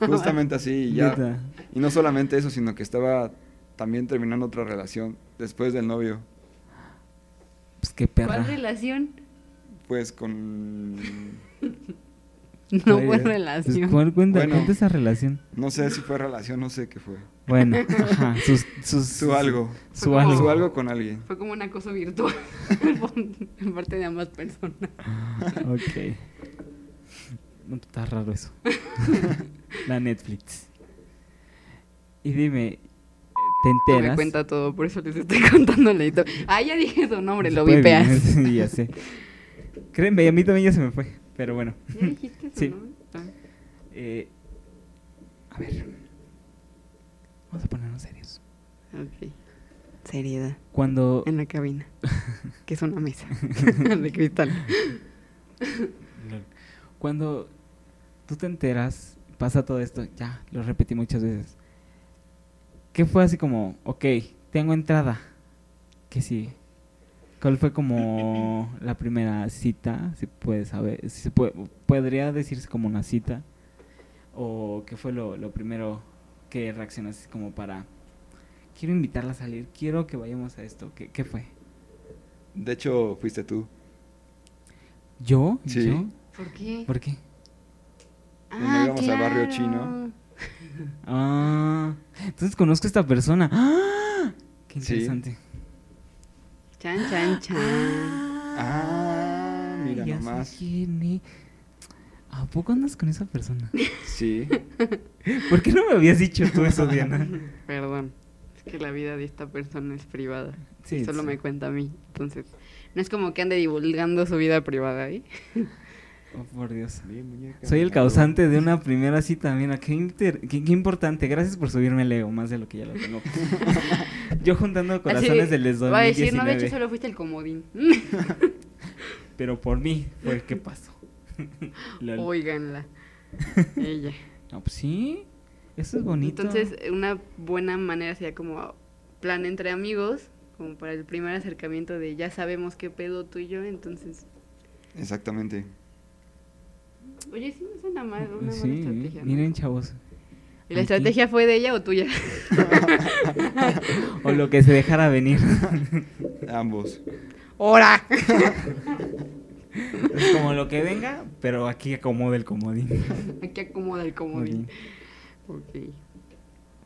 [SPEAKER 4] Justamente así y ya.
[SPEAKER 1] Neta.
[SPEAKER 4] Y no solamente eso, sino que estaba también terminando otra relación después del novio.
[SPEAKER 1] Pues qué
[SPEAKER 2] (laughs) ¿Cuál
[SPEAKER 1] perra.
[SPEAKER 2] relación?
[SPEAKER 4] Pues con...
[SPEAKER 2] No
[SPEAKER 1] Ay,
[SPEAKER 2] fue
[SPEAKER 1] eh.
[SPEAKER 2] relación.
[SPEAKER 1] Pues, ¿cuál cuenta,
[SPEAKER 4] Bueno.
[SPEAKER 1] cuenta esa relación?
[SPEAKER 4] No sé si fue relación, no sé qué fue.
[SPEAKER 1] Bueno,
[SPEAKER 4] (laughs)
[SPEAKER 1] ajá. Sus, sus,
[SPEAKER 4] Su algo.
[SPEAKER 1] Su algo.
[SPEAKER 4] Su algo con alguien.
[SPEAKER 2] Fue como un acoso virtual (laughs) por parte de ambas personas.
[SPEAKER 1] (laughs) Ok. No, está raro eso.
[SPEAKER 2] (laughs)
[SPEAKER 1] La Netflix. Y dime, ¿te
[SPEAKER 2] Me
[SPEAKER 1] enteras?
[SPEAKER 2] cuenta todo, por eso les estoy (laughs) contando la historia. Ah, ya dije su nombre, lo
[SPEAKER 1] Después
[SPEAKER 2] vipeas.
[SPEAKER 1] viene- Sí, ya
[SPEAKER 2] (laughs)
[SPEAKER 1] sé. Créeme, a mí también ya se me fue. Pero bueno.
[SPEAKER 2] ¿Ya dijiste su
[SPEAKER 1] Sí.
[SPEAKER 2] nombre? Ah.
[SPEAKER 1] Eh, a ver. Vamos a ponernos serios.
[SPEAKER 2] Ok. Seriedad.
[SPEAKER 1] Cuando.
[SPEAKER 2] En la cabina. que es
[SPEAKER 1] (laughs)
[SPEAKER 2] una mesa de cristal.
[SPEAKER 1] Cuando tú te enteras, pasa todo esto, ya, lo repetí muchas veces. ¿Qué fue así como, ok, tengo entrada? ¿Qué sigue? ¿Cuál fue como la primera cita? Si puedes saber, si se puede, podría decirse como una cita. ¿O qué fue lo, lo primero que reaccionaste como para, quiero invitarla a salir, quiero que vayamos a esto? ¿Qué, qué fue?
[SPEAKER 4] De hecho, fuiste tú.
[SPEAKER 1] ¿Yo?
[SPEAKER 4] Sí.
[SPEAKER 1] ¿Yo?
[SPEAKER 2] ¿Por qué?
[SPEAKER 1] ¿Por qué?
[SPEAKER 4] Cuando
[SPEAKER 2] Ah,
[SPEAKER 4] íbamos al barrio chino.
[SPEAKER 1] Ah, entonces conozco a esta persona. ¡Ah! Qué
[SPEAKER 4] Sí.
[SPEAKER 1] interesante.
[SPEAKER 2] Chan,
[SPEAKER 1] (laughs)
[SPEAKER 2] chan, chan.
[SPEAKER 4] Ah, mira
[SPEAKER 1] ya sé
[SPEAKER 4] nomás.
[SPEAKER 1] quién es. ¿A poco andas con esa persona? (laughs)
[SPEAKER 4] Sí.
[SPEAKER 1] ¿Por qué no me habías dicho tú eso, Diana?
[SPEAKER 2] Perdón. Es que la vida de esta persona es privada.
[SPEAKER 1] Sí,
[SPEAKER 2] y solo
[SPEAKER 1] sí.
[SPEAKER 2] me cuenta a mí. Entonces, no es como que ande divulgando su vida privada, ¿eh?
[SPEAKER 1] Oh, por Dios.
[SPEAKER 4] Bien, muñeca,
[SPEAKER 1] Soy el
[SPEAKER 4] claro.
[SPEAKER 1] causante de una primera cita. Mira, qué, inter- qué, qué importante. Gracias por subirme el ego, más de lo que ya lo
[SPEAKER 4] (laughs)
[SPEAKER 1] tengo. (laughs) Yo juntando corazones
[SPEAKER 2] Así
[SPEAKER 1] del desde
[SPEAKER 2] Va a decir, no, de
[SPEAKER 1] 2019,
[SPEAKER 2] hecho solo fuiste el comodín. (laughs)
[SPEAKER 1] (laughs) Pero por mí fue el que pasó. (laughs) Lol. (laughs)
[SPEAKER 2] Óiganla. Ella.
[SPEAKER 1] No, pues sí. Eso es bonito.
[SPEAKER 2] Entonces, una buena manera sería como plan entre amigos, como para el primer acercamiento de ya sabemos qué pedo tú y yo, entonces,
[SPEAKER 4] Exactamente.
[SPEAKER 2] oye, sí me suena mal, una
[SPEAKER 1] Sí,
[SPEAKER 2] buena estrategia. ¿no?
[SPEAKER 1] miren,
[SPEAKER 2] (laughs)
[SPEAKER 1] chavos. (laughs)
[SPEAKER 2] ¿Y la
[SPEAKER 1] aquí.
[SPEAKER 2] estrategia fue de ella o
[SPEAKER 1] (laughs)
[SPEAKER 2] tuya?
[SPEAKER 1] O lo que se dejara venir.
[SPEAKER 4] Ambos.
[SPEAKER 2] (laughs) ¡Hora!
[SPEAKER 1] (laughs) Es como lo que venga, pero aquí acomoda el comodín.
[SPEAKER 2] Aquí acomoda el comodín. Ok.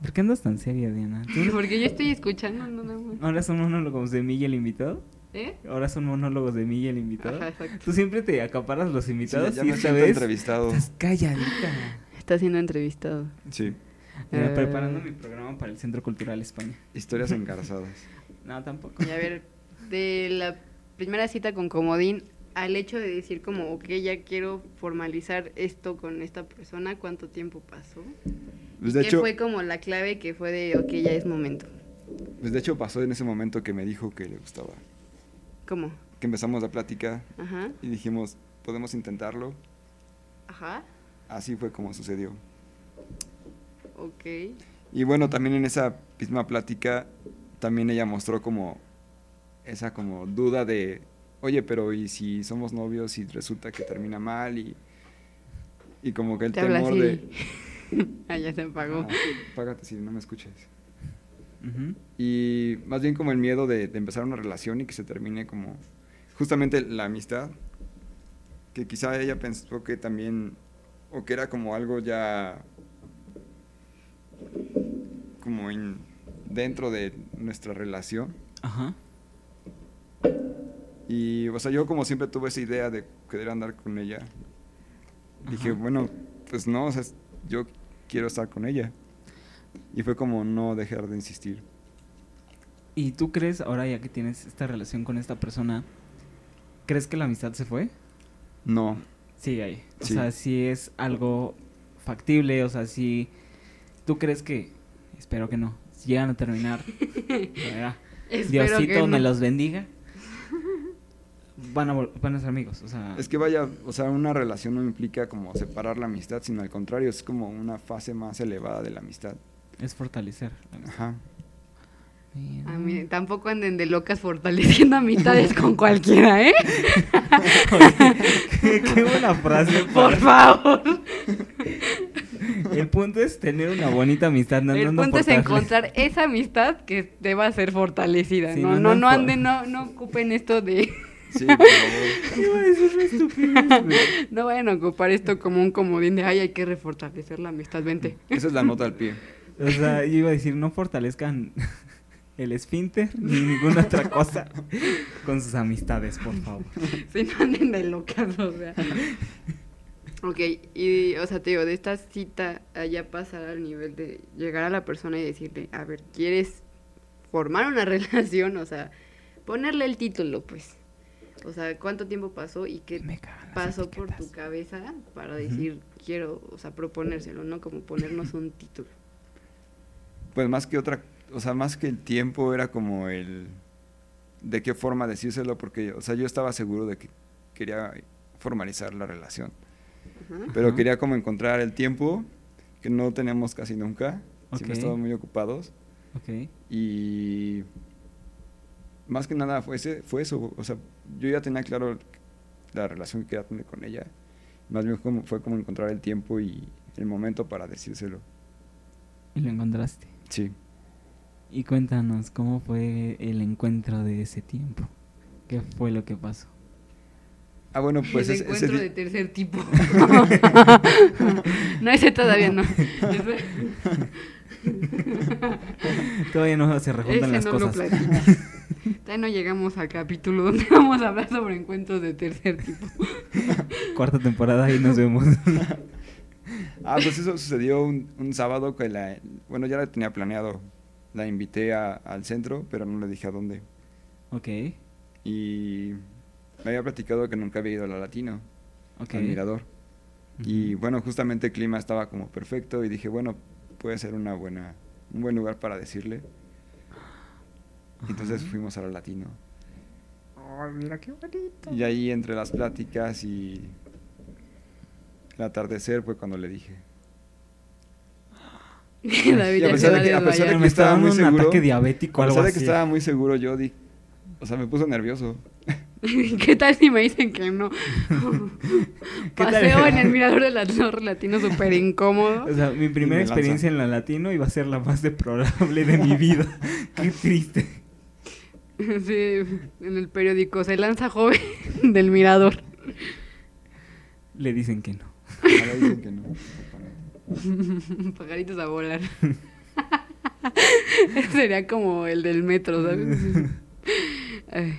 [SPEAKER 1] ¿Por
[SPEAKER 2] (laughs)
[SPEAKER 1] qué andas tan seria, Diana? ¿Tú eres-
[SPEAKER 2] Porque yo estoy escuchando, no nada más.
[SPEAKER 1] ¿Ahora son monólogos de mí y el invitado?
[SPEAKER 2] ¿Eh?
[SPEAKER 1] Ahora son monólogos de mí y el invitado.
[SPEAKER 2] Ajá, exacto.
[SPEAKER 1] Tú siempre te acaparas los invitados
[SPEAKER 4] ya
[SPEAKER 1] y
[SPEAKER 4] me
[SPEAKER 1] esta
[SPEAKER 4] siento
[SPEAKER 1] vez (laughs)
[SPEAKER 4] entrevistado.
[SPEAKER 1] estás calladita.
[SPEAKER 2] (laughs) Está siendo entrevistado.
[SPEAKER 4] Sí,
[SPEAKER 1] Mira,
[SPEAKER 2] Eh.
[SPEAKER 1] preparando mi programa para el Centro Cultural España.
[SPEAKER 4] historias engarzadas.
[SPEAKER 1] No, tampoco.
[SPEAKER 2] Y a ver, de la primera cita con Comodín al hecho de decir como, ok, ya quiero formalizar esto con esta persona, ¿cuánto tiempo pasó?
[SPEAKER 4] Pues de
[SPEAKER 2] ¿Qué
[SPEAKER 4] hecho,
[SPEAKER 2] fue como la clave que fue de, ok, ya es momento?
[SPEAKER 4] pues de hecho pasó en ese momento que me dijo que le gustaba.
[SPEAKER 2] ¿Cómo?
[SPEAKER 4] Que empezamos la plática
[SPEAKER 2] Ajá,
[SPEAKER 4] y dijimos, podemos intentarlo.
[SPEAKER 2] ajá,
[SPEAKER 4] Así fue como sucedió.
[SPEAKER 2] ok.
[SPEAKER 4] Y bueno, también en esa misma plática, también ella mostró como esa como duda de, oye, pero ¿y si somos novios y resulta que termina mal? Y, y como que el
[SPEAKER 2] Te habla
[SPEAKER 4] temor
[SPEAKER 2] así.
[SPEAKER 4] de...
[SPEAKER 2] (laughs) Ah, ya se apagó.
[SPEAKER 4] Ah, págate si no me escuches.
[SPEAKER 1] Ujú.
[SPEAKER 4] Y más bien como el miedo de, de empezar una relación y que se termine como justamente la amistad, que quizá ella pensó que también, o que era como algo ya como in- dentro de nuestra relación.
[SPEAKER 1] Ajá.
[SPEAKER 4] Y, o sea, yo como siempre tuve esa idea de querer andar con ella. Dije,
[SPEAKER 1] Ajá.
[SPEAKER 4] bueno, pues no, o sea, yo quiero estar con ella. Y fue como no dejar de insistir.
[SPEAKER 1] ¿Y tú crees, ahora ya que tienes esta relación con esta persona, crees que la amistad se fue?
[SPEAKER 4] No,
[SPEAKER 1] Sí, ahí. O
[SPEAKER 4] Sí.
[SPEAKER 1] sea, si es algo factible, o sea, si tú crees que, espero que no, si llegan a
[SPEAKER 2] (laughs)
[SPEAKER 1] terminar, la verdad,
[SPEAKER 2] Espero
[SPEAKER 1] Diosito
[SPEAKER 2] que no.
[SPEAKER 1] me los bendiga, van a, vol- van a ser amigos, o sea,
[SPEAKER 4] Es que vaya, o sea, una relación no implica como separar la amistad, sino al contrario, es como una fase más elevada de la amistad.
[SPEAKER 1] es fortalecer. la amistad.
[SPEAKER 4] Ajá.
[SPEAKER 1] Mira.
[SPEAKER 2] Ah, miren, tampoco anden de locas fortaleciendo amistades con cualquiera, ¿eh?
[SPEAKER 1] Oye, qué, (laughs) qué buena frase.
[SPEAKER 2] Por
[SPEAKER 1] para-
[SPEAKER 2] favor.
[SPEAKER 1] El punto es tener una bonita amistad. No
[SPEAKER 2] El
[SPEAKER 1] andando
[SPEAKER 2] punto es
[SPEAKER 1] fortale-
[SPEAKER 2] encontrar esa amistad que deba ser fortalecida.
[SPEAKER 1] Sí,
[SPEAKER 2] no,
[SPEAKER 1] no
[SPEAKER 2] no, no,
[SPEAKER 1] anden por-
[SPEAKER 2] anden, no, no ocupen esto de. (laughs)
[SPEAKER 4] Sí, por favor.
[SPEAKER 1] Iba a decir una estupidez, güey.
[SPEAKER 2] No vayan a ocupar esto como un comodín de ay, hay que refortalecer la amistad, vente. (laughs)
[SPEAKER 4] Esa es la nota al pie.
[SPEAKER 1] O sea, yo iba a decir, no fortalezcan (laughs) el esfínter ni ninguna (laughs) otra cosa con sus amistades, por favor.
[SPEAKER 2] Si no anden de locas, o sea. Ok, y o sea, te digo, de esta cita allá pasar al nivel de llegar a la persona y decirle, a ver, ¿quieres formar una (laughs) relación? O sea, ponerle el título, pues. O sea, ¿cuánto tiempo pasó y qué
[SPEAKER 1] Me cagan las
[SPEAKER 2] pasó por tu
[SPEAKER 1] etiquetas.
[SPEAKER 2] cabeza para decir, quiero, o sea, proponérselo, ¿no? Como ponernos un título.
[SPEAKER 4] Pues más que otra, o sea, más que el tiempo era como el de qué forma decírselo, porque, o sea, yo estaba seguro de que quería formalizar la relación,
[SPEAKER 2] Ajá.
[SPEAKER 4] pero
[SPEAKER 1] Ajá.
[SPEAKER 4] quería como encontrar el tiempo que no tenemos casi nunca. Siempre
[SPEAKER 1] Ok.
[SPEAKER 4] estamos muy ocupados.
[SPEAKER 1] Ok.
[SPEAKER 4] Y más que nada fue, ese, fue eso. O sea, yo ya tenía claro la relación que quería tener con ella. Más bien como, fue como encontrar el tiempo y el momento para decírselo.
[SPEAKER 1] Y lo encontraste.
[SPEAKER 4] Sí.
[SPEAKER 1] Y cuéntanos, ¿cómo fue el encuentro de ese tiempo? ¿Qué fue lo que
[SPEAKER 2] (laughs)
[SPEAKER 1] pasó?
[SPEAKER 4] Ah, bueno, (laughs) pues
[SPEAKER 2] el
[SPEAKER 4] ese, ese
[SPEAKER 2] encuentro
[SPEAKER 4] di-
[SPEAKER 2] de tercer
[SPEAKER 4] (laughs)
[SPEAKER 2] tipo. no, ese todavía
[SPEAKER 4] (laughs)
[SPEAKER 2] no. Ese-
[SPEAKER 1] Todavía no se
[SPEAKER 2] Ese
[SPEAKER 1] rejuntan las
[SPEAKER 2] no lo
[SPEAKER 1] cosas.
[SPEAKER 2] platicas. Todavía no llegamos al capítulo donde (laughs) vamos a hablar sobre encuentros de tercer
[SPEAKER 4] (laughs)
[SPEAKER 2] tipo.
[SPEAKER 1] (laughs)
[SPEAKER 2] (laughs)
[SPEAKER 1] Cuarta temporada y nos (laughs) vemos.
[SPEAKER 4] Ah, pues eso sucedió un, un sábado que la... Bueno, ya la tenía planeado. La invité a- al centro, pero no le dije a dónde.
[SPEAKER 1] ok,
[SPEAKER 4] Y me había platicado que nunca había ido a la Latino,
[SPEAKER 1] ok.
[SPEAKER 4] al Mirador. Y
[SPEAKER 1] Ujú.
[SPEAKER 4] bueno, justamente el clima estaba como perfecto y dije, bueno, puede ser una buena, un buen lugar para decirle. Y Entonces fuimos a la Latino. Y ahí entre las pláticas y el atardecer fue cuando le dije.
[SPEAKER 2] David
[SPEAKER 4] Y
[SPEAKER 2] ya
[SPEAKER 4] a
[SPEAKER 2] se
[SPEAKER 4] pesar
[SPEAKER 2] va
[SPEAKER 4] de que-
[SPEAKER 2] a
[SPEAKER 4] a pesar
[SPEAKER 2] desmayar.
[SPEAKER 4] de
[SPEAKER 1] Pero
[SPEAKER 4] que
[SPEAKER 1] me
[SPEAKER 4] estaba
[SPEAKER 1] estaba dando
[SPEAKER 4] muy
[SPEAKER 1] un
[SPEAKER 4] seguro.
[SPEAKER 1] ataque diabético,
[SPEAKER 4] A
[SPEAKER 1] algo
[SPEAKER 4] pesar de que
[SPEAKER 1] así.
[SPEAKER 4] estaba muy seguro, yo di, o sea, me puso nervioso.
[SPEAKER 2] (laughs) ¿Qué tal si me dicen que
[SPEAKER 4] (laughs)
[SPEAKER 2] no?
[SPEAKER 1] tal? (laughs)
[SPEAKER 2] Paseo en el mirador del Atlor Latino súper incómodo.
[SPEAKER 1] O sea, mi
[SPEAKER 4] me
[SPEAKER 1] primera
[SPEAKER 4] lanza.
[SPEAKER 1] experiencia en la latino iba a ser la más deplorable de mi vida. Qué triste.
[SPEAKER 2] (laughs) Sí, en el periódico se lanza joven (laughs) del (laughs) mirador.
[SPEAKER 1] Le dicen que no.
[SPEAKER 4] Ahora dicen que no.
[SPEAKER 2] Pajaritos a volar. (laughs) (laughs) Sería como el del metro, ¿sabes? Ay,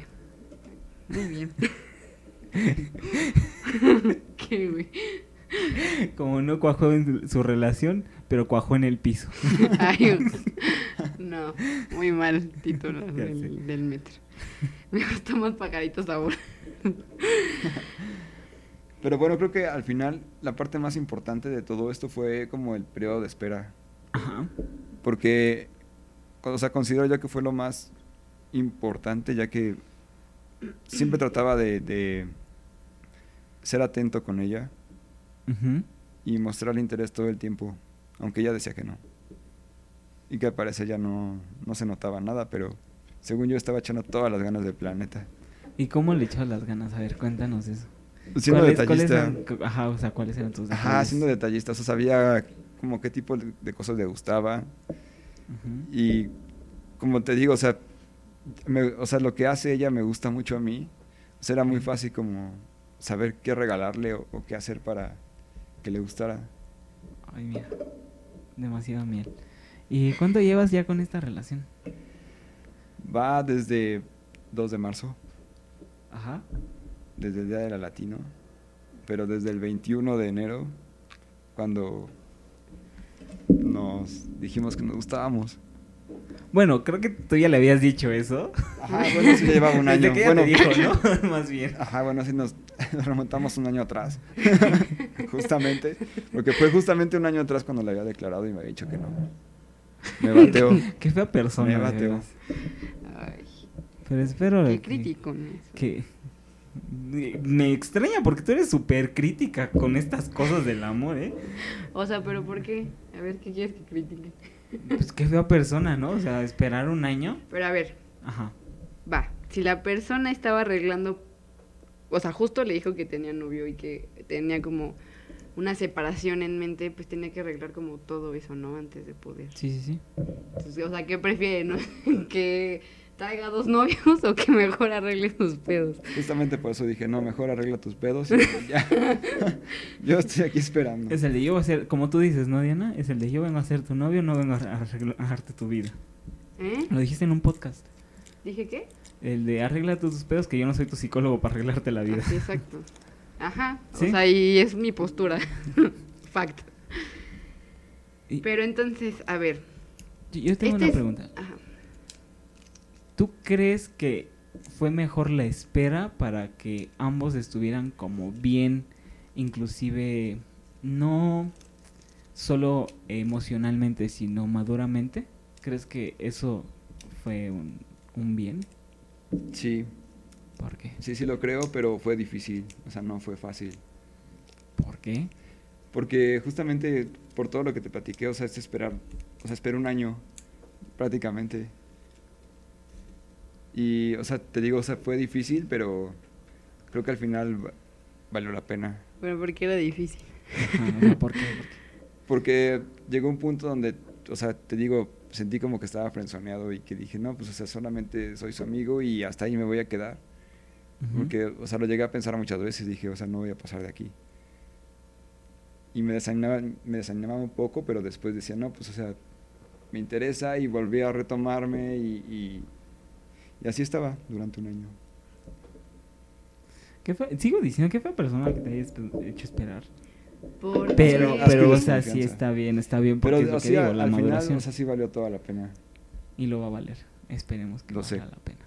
[SPEAKER 2] Muy bien. (laughs) Qué güey.
[SPEAKER 1] (laughs) Como no cuajó en su relación, pero cuajó en el piso.
[SPEAKER 2] Ay, no, muy mal título
[SPEAKER 1] Ya
[SPEAKER 2] del, del metro. Me gustan más pajaritos ahora.
[SPEAKER 4] Pero bueno, creo que al final la parte más importante de todo esto fue como el periodo de espera.
[SPEAKER 1] Ajá.
[SPEAKER 4] Porque, o sea, considero yo que fue lo más importante, ya que siempre trataba de, de ser atento con ella
[SPEAKER 1] Ujú.
[SPEAKER 4] y mostrarle interés todo el tiempo, aunque ella decía que no. Y que al parecer ya no, no se notaba nada, pero según yo estaba echando todas las ganas del planeta.
[SPEAKER 1] ¿Y cómo le echabas las ganas? A ver, cuéntanos eso.
[SPEAKER 4] Siendo
[SPEAKER 1] ¿Cuáles- cuáles
[SPEAKER 4] detallista.
[SPEAKER 1] eran- cu- ajá, o sea, ¿cuáles eran tus
[SPEAKER 4] Ajá,
[SPEAKER 1] detalles?
[SPEAKER 4] siendo detallista, o sea, sabía como qué tipo de de cosas le gustaba.
[SPEAKER 1] Ujú.
[SPEAKER 4] Y como te digo, o sea, me- o sea, lo que hace ella me gusta mucho a mí. O sea, era muy fácil como saber qué regalarle o, o qué hacer para que le gustara.
[SPEAKER 1] Ay, mira. Demasiado miel. ¿Y cuánto llevas ya con esta relación?
[SPEAKER 4] Va desde 2 de marzo,
[SPEAKER 1] Ajá.
[SPEAKER 4] desde el Día de la Latino, pero desde el 21 de enero, cuando nos dijimos que nos gustábamos.
[SPEAKER 1] Bueno, creo que tú ya le habías dicho eso.
[SPEAKER 4] Ajá, Ah, bueno, eso ya llevaba un
[SPEAKER 1] (laughs)
[SPEAKER 4] año.
[SPEAKER 1] Desde que ella
[SPEAKER 4] bueno,
[SPEAKER 1] te dijo,
[SPEAKER 4] (laughs)
[SPEAKER 1] ¿no? (laughs) Más bien.
[SPEAKER 4] Ajá, bueno, así nos, (laughs) nos remontamos un año atrás. (laughs) justamente. Porque fue justamente un año atrás cuando le había declarado y me había dicho que no. Me bateó.
[SPEAKER 1] (laughs) Qué fea persona.
[SPEAKER 4] Me
[SPEAKER 1] de
[SPEAKER 4] bateó.
[SPEAKER 1] veras.
[SPEAKER 2] Ay,
[SPEAKER 1] Pero espero
[SPEAKER 2] qué
[SPEAKER 1] que-
[SPEAKER 2] crítico. ¿no? Eso.
[SPEAKER 1] que me extraña porque tú eres súper crítica con estas cosas del amor, ¿eh?
[SPEAKER 2] O sea, pero ¿por qué? A ver, ¿qué quieres que critique?
[SPEAKER 1] Pues qué fea persona, ¿no? O sea, esperar un año.
[SPEAKER 2] Pero a ver,
[SPEAKER 1] Ajá.
[SPEAKER 2] va. Si la persona estaba arreglando, o sea, justo le dijo que tenía novio y que tenía como una separación en mente, pues tenía que arreglar como todo eso, ¿no? Antes de poder.
[SPEAKER 1] Sí, sí, sí.
[SPEAKER 2] Entonces, o sea, ¿qué prefiere, no? (laughs) ¿Que traiga dos novios o que mejor arregle sus pedos?
[SPEAKER 4] Justamente por eso dije, no, mejor arregla tus pedos. y ya. (laughs) Yo estoy aquí esperando.
[SPEAKER 1] Es el de yo voy a ser, como tú dices, ¿no, Diana? Es el de yo vengo a ser tu novio, no vengo a arreglarte tu vida.
[SPEAKER 2] ¿Eh?
[SPEAKER 1] Lo dijiste en un podcast.
[SPEAKER 2] ¿Dije qué?
[SPEAKER 1] El de arregla tus pedos, que yo no soy tu psicólogo para arreglarte la vida.
[SPEAKER 2] Ah, sí, exacto. Ajá.
[SPEAKER 1] ¿Sí?
[SPEAKER 2] O sea, y es mi postura. (laughs) Fact.
[SPEAKER 1] Y-
[SPEAKER 2] Pero entonces, a ver.
[SPEAKER 1] Yo tengo
[SPEAKER 2] este
[SPEAKER 1] una
[SPEAKER 2] es-
[SPEAKER 1] pregunta.
[SPEAKER 2] ajá.
[SPEAKER 1] ¿Tú crees que fue mejor la espera para que ambos estuvieran como bien, inclusive no solo emocionalmente, sino maduramente? ¿Crees que eso fue un, un bien?
[SPEAKER 4] Sí,
[SPEAKER 1] ¿Por qué?
[SPEAKER 4] sí, sí lo creo, pero fue difícil. O sea, no fue fácil.
[SPEAKER 1] ¿Por qué?
[SPEAKER 4] Porque justamente por todo lo que te platiqué, o sea, es esperar, o sea, esperé un año prácticamente. Y, o sea, te digo, o sea, fue difícil, pero creo que al final va- valió la pena.
[SPEAKER 2] Bueno, porque era difícil.
[SPEAKER 1] Ajá, o sea, ¿por qué? ¿Por
[SPEAKER 4] (laughs)
[SPEAKER 1] qué?
[SPEAKER 4] Porque llegó un punto donde, o sea, te digo, sentí como que estaba frenzoneado y que dije, no, pues, o sea, solamente soy su amigo y hasta ahí me voy a quedar.
[SPEAKER 1] Ujú.
[SPEAKER 4] Porque, o sea, lo llegué a pensar muchas veces, dije, o sea, no voy a pasar de aquí. Y me desanimaba, me desanimaba un poco, pero después decía, no, pues, o sea, me interesa y volví a retomarme y, y, y así estaba durante un año.
[SPEAKER 1] ¿Qué fue? Sigo diciendo que fue persona que te haya espe- hecho esperar.
[SPEAKER 2] Porque-
[SPEAKER 1] Pero,
[SPEAKER 4] Sí,
[SPEAKER 1] pero, o
[SPEAKER 4] es que
[SPEAKER 1] sea,
[SPEAKER 4] desconfianza.
[SPEAKER 1] sí está bien, está bien porque
[SPEAKER 4] Pero,
[SPEAKER 1] es lo
[SPEAKER 4] o
[SPEAKER 1] que
[SPEAKER 4] sea,
[SPEAKER 1] digo, la
[SPEAKER 4] al final,
[SPEAKER 1] maduración.
[SPEAKER 4] o sea, sí valió toda la pena.
[SPEAKER 1] Y lo va a valer. Esperemos que
[SPEAKER 4] Lo
[SPEAKER 1] valga
[SPEAKER 4] sé.
[SPEAKER 1] la pena.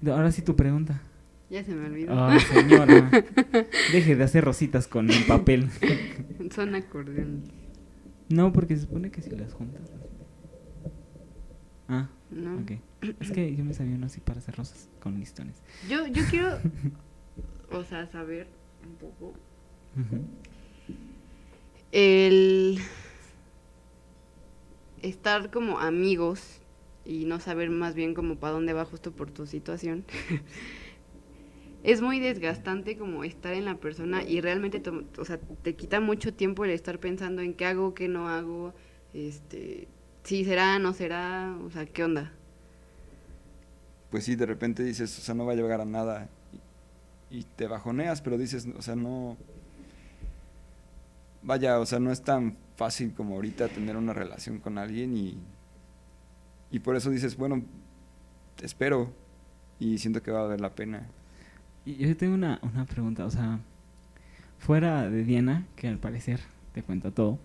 [SPEAKER 1] De- Ahora sí tu pregunta.
[SPEAKER 2] Ya se me olvidó.
[SPEAKER 1] Ay, Ah,
[SPEAKER 2] (laughs)
[SPEAKER 1] señora. Deje de hacer rositas con el papel. (laughs)
[SPEAKER 2] Son acordeones.
[SPEAKER 1] No, porque se supone que si las juntas. las- Ah,
[SPEAKER 2] ¿no?
[SPEAKER 1] ok. Es que yo me sabía uno así para hacer rosas con listones.
[SPEAKER 2] Yo, yo quiero, o sea, saber un poco.
[SPEAKER 1] Ujú.
[SPEAKER 2] El estar como amigos y no saber más bien como para dónde va justo por tu situación. (laughs) Es muy desgastante como estar en la persona y realmente, to- o sea, te quita mucho tiempo el estar pensando en qué hago, qué no hago, este, si será, no será, o sea, qué onda.
[SPEAKER 4] Pues sí, de repente dices, o sea, no va a llegar a nada y, y te bajoneas, pero dices, o sea, no... Vaya, o sea, no es tan fácil como ahorita tener una relación con alguien y, y por eso dices, bueno, te espero, y siento que va a valer la pena.
[SPEAKER 1] Y Yo tengo una, una pregunta, o sea, fuera de Diana, que al parecer te cuenta
[SPEAKER 4] (laughs)
[SPEAKER 1] todo,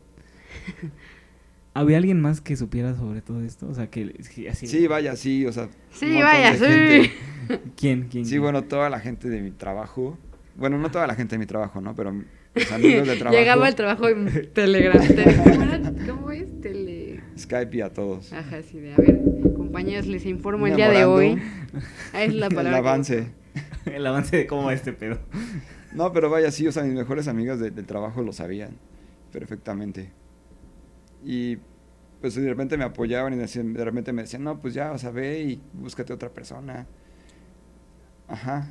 [SPEAKER 1] ¿había alguien más que supiera sobre todo esto? O sea, que que así...
[SPEAKER 4] Sí, vaya, sí, o sea. un
[SPEAKER 2] Sí,
[SPEAKER 4] montón
[SPEAKER 2] vaya,
[SPEAKER 4] de
[SPEAKER 2] sí.
[SPEAKER 4] gente.
[SPEAKER 1] ¿Quién? ¿Quién?
[SPEAKER 4] Sí,
[SPEAKER 1] quién?
[SPEAKER 4] bueno, toda la gente de mi trabajo. Bueno, no toda la gente de mi trabajo, ¿no? Pero mis
[SPEAKER 2] (laughs)
[SPEAKER 4] amigos de trabajo.
[SPEAKER 2] Llegaba al trabajo
[SPEAKER 4] (laughs)
[SPEAKER 2] en Telegram. Te- (laughs) ¿Cómo, era? ¿Cómo es? Tele...
[SPEAKER 4] Skype y a todos.
[SPEAKER 2] Ajá, sí, de a ver, compañeros, les informo el día de
[SPEAKER 4] Memorando.
[SPEAKER 2] hoy. Ah, es la
[SPEAKER 4] (laughs) El
[SPEAKER 2] palabra. que-
[SPEAKER 4] avance.
[SPEAKER 1] (laughs) El avance de cómo va este pedo.
[SPEAKER 4] No, pero vaya, sí, o sea, mis mejores amigos de- del trabajo lo sabían perfectamente. Y pues de repente me apoyaban y decían- de repente me decían, no, pues ya, o sea, ve y búscate otra persona. Ajá.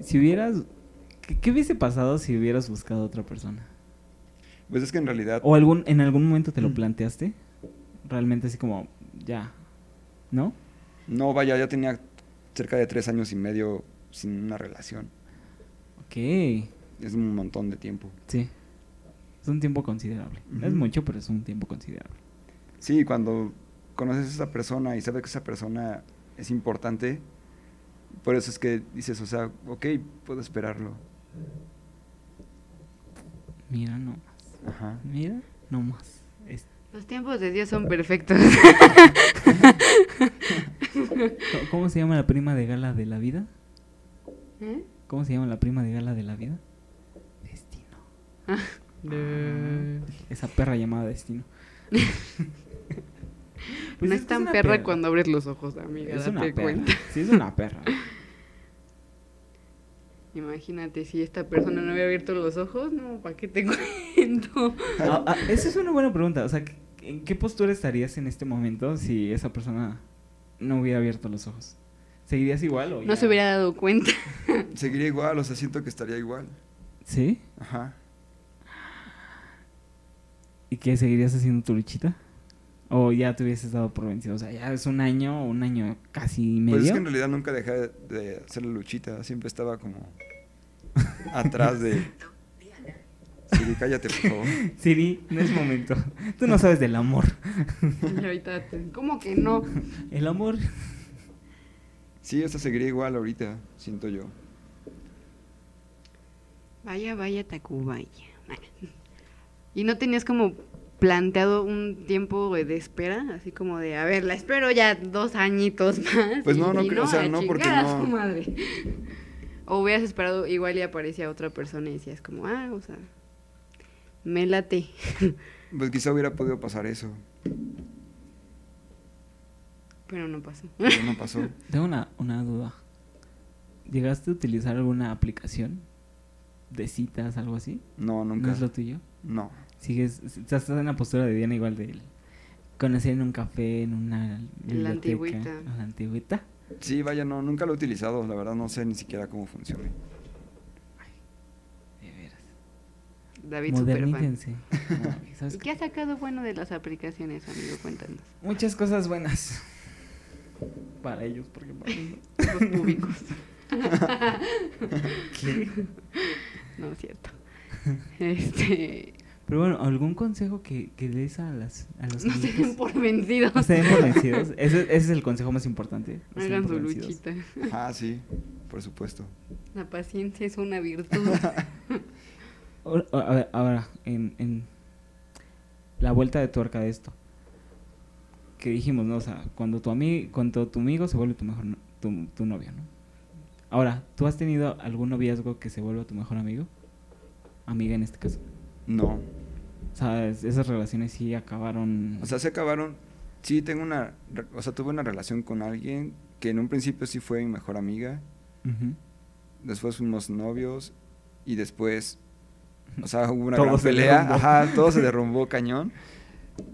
[SPEAKER 1] Si hubieras... ¿Qué, qué hubiese pasado si hubieras buscado a otra persona?
[SPEAKER 4] Pues es que en realidad,
[SPEAKER 1] ¿O algún, en algún momento te lo planteaste? Realmente así como, ya, ¿no?
[SPEAKER 4] no, vaya, ya tenía cerca de tres años y medio sin una relación.
[SPEAKER 1] Ok,
[SPEAKER 4] Es un montón de tiempo.
[SPEAKER 1] sí. Es un tiempo considerable. No es
[SPEAKER 4] Ujú.
[SPEAKER 1] mucho, pero es un tiempo considerable.
[SPEAKER 4] Sí, cuando conoces a esa persona y sabes que esa persona es importante, por eso es que dices, o sea, ok, puedo esperarlo.
[SPEAKER 1] Mira nomás.
[SPEAKER 4] Ajá.
[SPEAKER 1] Mira nomás. Es-
[SPEAKER 2] Los tiempos de Dios son
[SPEAKER 4] (laughs)
[SPEAKER 2] perfectos.
[SPEAKER 1] ¿Cómo- ¿Cómo se llama la prima de gala de la vida?
[SPEAKER 2] ¿Eh?
[SPEAKER 1] ¿Cómo se llama la prima de gala de la vida? Destino. Esa perra llamada Destino. Pues
[SPEAKER 2] no
[SPEAKER 1] es
[SPEAKER 2] es
[SPEAKER 1] que
[SPEAKER 2] tan
[SPEAKER 1] una
[SPEAKER 2] perra, cuando abres los ojos, amiga.
[SPEAKER 1] Es una
[SPEAKER 2] date
[SPEAKER 1] perra.
[SPEAKER 2] cuenta.
[SPEAKER 1] Sí, es una
[SPEAKER 2] (laughs)
[SPEAKER 1] perra.
[SPEAKER 2] Imagínate, si esta persona no había abierto los ojos, no, ¿para qué te (laughs) cuento?
[SPEAKER 1] Ah, ah, esa es una buena pregunta. O sea, ¿qué- ¿en qué postura estarías en este momento si esa persona no hubiera abierto los ojos? ¿Seguirías igual o
[SPEAKER 2] No
[SPEAKER 1] Oh, ya?
[SPEAKER 2] se hubiera
[SPEAKER 1] (laughs)
[SPEAKER 2] dado cuenta.
[SPEAKER 4] Seguiría igual, o sea, siento que estaría igual.
[SPEAKER 1] ¿Sí?
[SPEAKER 4] Ajá.
[SPEAKER 1] ¿Y qué? ¿Seguirías haciendo tu luchita? ¿O ya te hubieses dado por vencido? O sea, ya es un año, un año casi y medio.
[SPEAKER 4] Pues es que en realidad nunca dejé de- de hacer la luchita, siempre estaba como (laughs) atrás de... Sí, cállate, por favor.
[SPEAKER 1] Siri, no es momento. (laughs) Tú no sabes del amor.
[SPEAKER 2] Y ahorita, te- ¿cómo que no?
[SPEAKER 1] El amor.
[SPEAKER 4] Sí, o sea, seguiría igual ahorita, siento yo.
[SPEAKER 2] Vaya, vaya, Tacubaya. Y no tenías como planteado un tiempo güey, de espera, así como de, a ver, la espero ya dos añitos más.
[SPEAKER 4] Pues
[SPEAKER 2] y-
[SPEAKER 4] no, no
[SPEAKER 2] y
[SPEAKER 4] creo- o
[SPEAKER 2] a
[SPEAKER 4] sea, no, porque
[SPEAKER 2] chingar a
[SPEAKER 4] no.
[SPEAKER 2] su madre. (laughs) O hubieras esperado, igual y aparecía otra persona y decías como, ah, o sea, me late. (laughs)
[SPEAKER 4] Pues quizá hubiera podido pasar eso,
[SPEAKER 2] Pero no pasó.
[SPEAKER 4] pero no pasó.
[SPEAKER 1] (laughs) Tengo una, una duda. ¿Llegaste a utilizar alguna aplicación de citas, algo así?
[SPEAKER 4] No,
[SPEAKER 1] ¿No
[SPEAKER 4] nunca.
[SPEAKER 1] es lo tuyo?
[SPEAKER 4] No.
[SPEAKER 1] Sigues, estás en la postura de Diana igual de él. Conocer en un café, en una biblioteca.
[SPEAKER 2] antigüita.
[SPEAKER 1] En la antigüita.
[SPEAKER 4] Sí, vaya, no, nunca lo he utilizado, la verdad no sé ni siquiera
[SPEAKER 1] (laughs)
[SPEAKER 4] cómo funciona.
[SPEAKER 1] De veras.
[SPEAKER 2] (laughs) David Superfan.
[SPEAKER 1] Modernícense. (laughs) No, ¿sabes
[SPEAKER 2] ¿Y qué has sacado bueno de las aplicaciones, amigo? Cuéntanos.
[SPEAKER 1] Muchas cosas buenas. Para ellos, porque para mí no.
[SPEAKER 2] Los
[SPEAKER 1] (laughs)
[SPEAKER 2] públicos. No es cierto. Este,
[SPEAKER 1] Pero bueno, ¿algún consejo que, que des a, las, a los
[SPEAKER 2] (laughs) no se den
[SPEAKER 1] amiguitos?
[SPEAKER 2] por vencidos.
[SPEAKER 1] No se den por
[SPEAKER 2] (laughs)
[SPEAKER 1] vencidos. Ese, ese es el consejo más importante. No se den
[SPEAKER 2] Hagan
[SPEAKER 1] por
[SPEAKER 2] su
[SPEAKER 1] vencidos.
[SPEAKER 2] luchita.
[SPEAKER 4] Ah, sí, por supuesto.
[SPEAKER 2] La paciencia es una
[SPEAKER 1] (laughs)
[SPEAKER 2] virtud.
[SPEAKER 1] Ahora, a- a ver, ahora, en, en la vuelta de tuerca de esto. Que dijimos, ¿no? O sea, cuando tu, ami- cuando tu amigo se vuelve tu mejor no- tu, tu novio, ¿no? Ahora, ¿tú has tenido algún noviazgo que se vuelva tu mejor amigo? Amiga en este caso.
[SPEAKER 4] No.
[SPEAKER 1] O sea, es- esas relaciones sí acabaron.
[SPEAKER 4] O sea, se acabaron. Sí, tengo una, re- o sea, tuve una relación con alguien que en un principio sí fue mi mejor amiga,
[SPEAKER 1] Ujú.
[SPEAKER 4] después fuimos novios y después, o sea, hubo una
[SPEAKER 1] Todo
[SPEAKER 4] gran
[SPEAKER 1] se
[SPEAKER 4] pelea,
[SPEAKER 1] derrumbó.
[SPEAKER 4] ajá, todo se derrumbó cañón,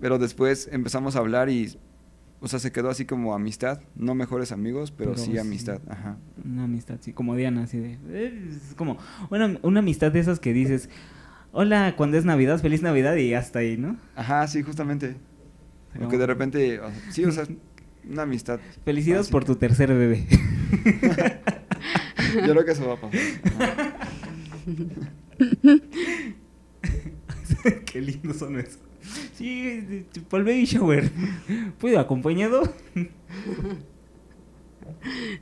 [SPEAKER 4] pero después empezamos a hablar y, o sea, se quedó así como amistad, no mejores amigos, pero,
[SPEAKER 1] Pero
[SPEAKER 4] sí
[SPEAKER 1] sí.
[SPEAKER 4] amistad, ajá.
[SPEAKER 1] Una amistad, sí, como Diana, así de. Es como una, una amistad de esas que dices: Hola, cuando es Navidad, feliz Navidad y hasta ahí, ¿no?
[SPEAKER 4] Ajá, sí, justamente. Porque de repente, o sea, sí, o sea, una amistad. Ah,
[SPEAKER 1] Felicidades por tu
[SPEAKER 4] básica.
[SPEAKER 1] tercer bebé.
[SPEAKER 4] Yo creo que eso va a pasar. ajá.
[SPEAKER 1] (laughs) Qué lindos son esos. Sí, para el baby shower. ¿Puedo acompañado?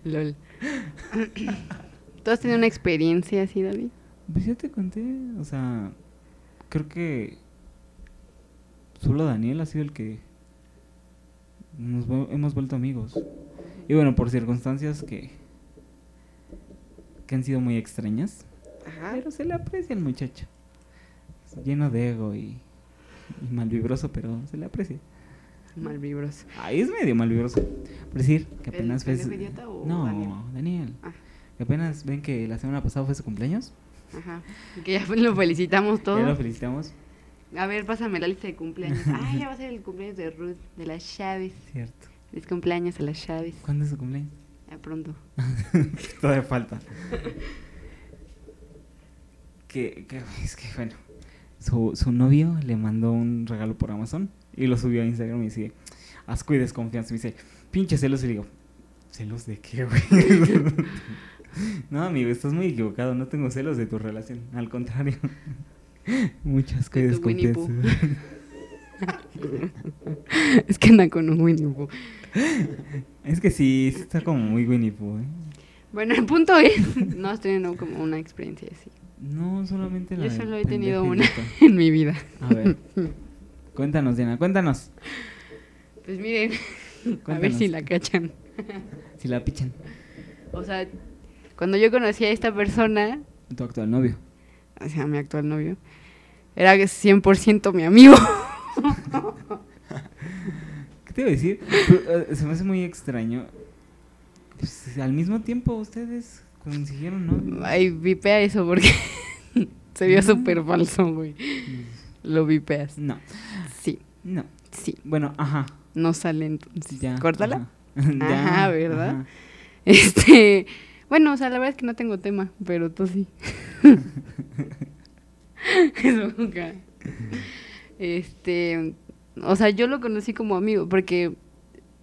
[SPEAKER 2] Lol. ¿Tú has tenido una experiencia así, David?
[SPEAKER 1] Pues ya te conté, o sea, creo que solo Daniel ha sido el que nos vu- hemos vuelto amigos. Y bueno, por circunstancias que, que han sido muy extrañas,
[SPEAKER 2] Ajá.
[SPEAKER 1] pero se le aprecia al muchacho. Es Lleno de ego y, y malvibroso, pero se le aprecia.
[SPEAKER 2] Malvibroso.
[SPEAKER 1] Ahí es medio malvibroso. Por decir, que
[SPEAKER 2] ¿El
[SPEAKER 1] apenas fue...
[SPEAKER 2] pendejo
[SPEAKER 1] su-
[SPEAKER 2] idiota o
[SPEAKER 1] no,
[SPEAKER 2] Daniel?
[SPEAKER 1] Daniel.
[SPEAKER 2] Ah.
[SPEAKER 1] Que apenas ven que la semana pasada fue su cumpleaños.
[SPEAKER 2] Ajá. Y Que ya lo felicitamos
[SPEAKER 1] Ya lo
[SPEAKER 2] todos.
[SPEAKER 1] felicitamos.
[SPEAKER 2] A ver, pásame la lista de
[SPEAKER 1] (laughs)
[SPEAKER 2] cumpleaños. Ah, ya va a ser el cumpleaños de Ruth, de las Chávez.
[SPEAKER 1] Cierto.
[SPEAKER 2] Feliz cumpleaños a las Chávez.
[SPEAKER 1] ¿Cuándo es su cumpleaños?
[SPEAKER 2] Ya pronto.
[SPEAKER 1] (laughs) Todavía falta. que, que- es que bueno. Su, su novio le mandó un regalo por Amazon y lo subió a Instagram y dice, asco y desconfianza. Y me dice, pinche celos. Y le digo, ¿celos de qué, güey? (laughs) no, amigo, estás muy equivocado. No tengo celos de tu relación. Al contrario. (laughs) Mucho asco y
[SPEAKER 2] De tu Winnie
[SPEAKER 1] desconfianza. (laughs)
[SPEAKER 2] es que anda con un Winnie Pooh.
[SPEAKER 1] es que sí, sí está como muy Winnie Pooh, ¿eh?
[SPEAKER 2] Bueno, el punto es, no has tenido como una experiencia así
[SPEAKER 1] No, solamente la
[SPEAKER 2] Yo
[SPEAKER 1] del
[SPEAKER 2] solo he
[SPEAKER 1] pendejo
[SPEAKER 2] tenido una (laughs)
[SPEAKER 1] idiota.
[SPEAKER 2] en mi vida.
[SPEAKER 1] A ver. Cuéntanos, Diana, cuéntanos.
[SPEAKER 2] Pues miren, a ver
[SPEAKER 1] Cuéntanos.
[SPEAKER 2] si la cachan.
[SPEAKER 1] Si la pichan.
[SPEAKER 2] O sea, cuando yo conocí a esta persona,
[SPEAKER 1] Tu actual novio.
[SPEAKER 2] o sea, mi actual novio, era 100% mi amigo.
[SPEAKER 1] ¿Qué te iba a decir? Pero, eh, se me hace muy extraño. Pues, al mismo tiempo ustedes consiguieron novio.
[SPEAKER 2] Ay, vipea eso porque (laughs) se vio
[SPEAKER 1] No.
[SPEAKER 2] súper falso, güey. Lo vipeas.
[SPEAKER 1] No,
[SPEAKER 2] Sí,
[SPEAKER 1] no.
[SPEAKER 2] sí,
[SPEAKER 1] Bueno, ajá.
[SPEAKER 2] no sale entonces.
[SPEAKER 1] Ya.
[SPEAKER 2] Córtala.
[SPEAKER 1] Ajá, (laughs)
[SPEAKER 2] Ajá, ¿verdad? (laughs) Este, bueno, o sea, la verdad es que no tengo tema, pero tú sí. (laughs) Eso nunca. Este, o sea, yo lo conocí como amigo porque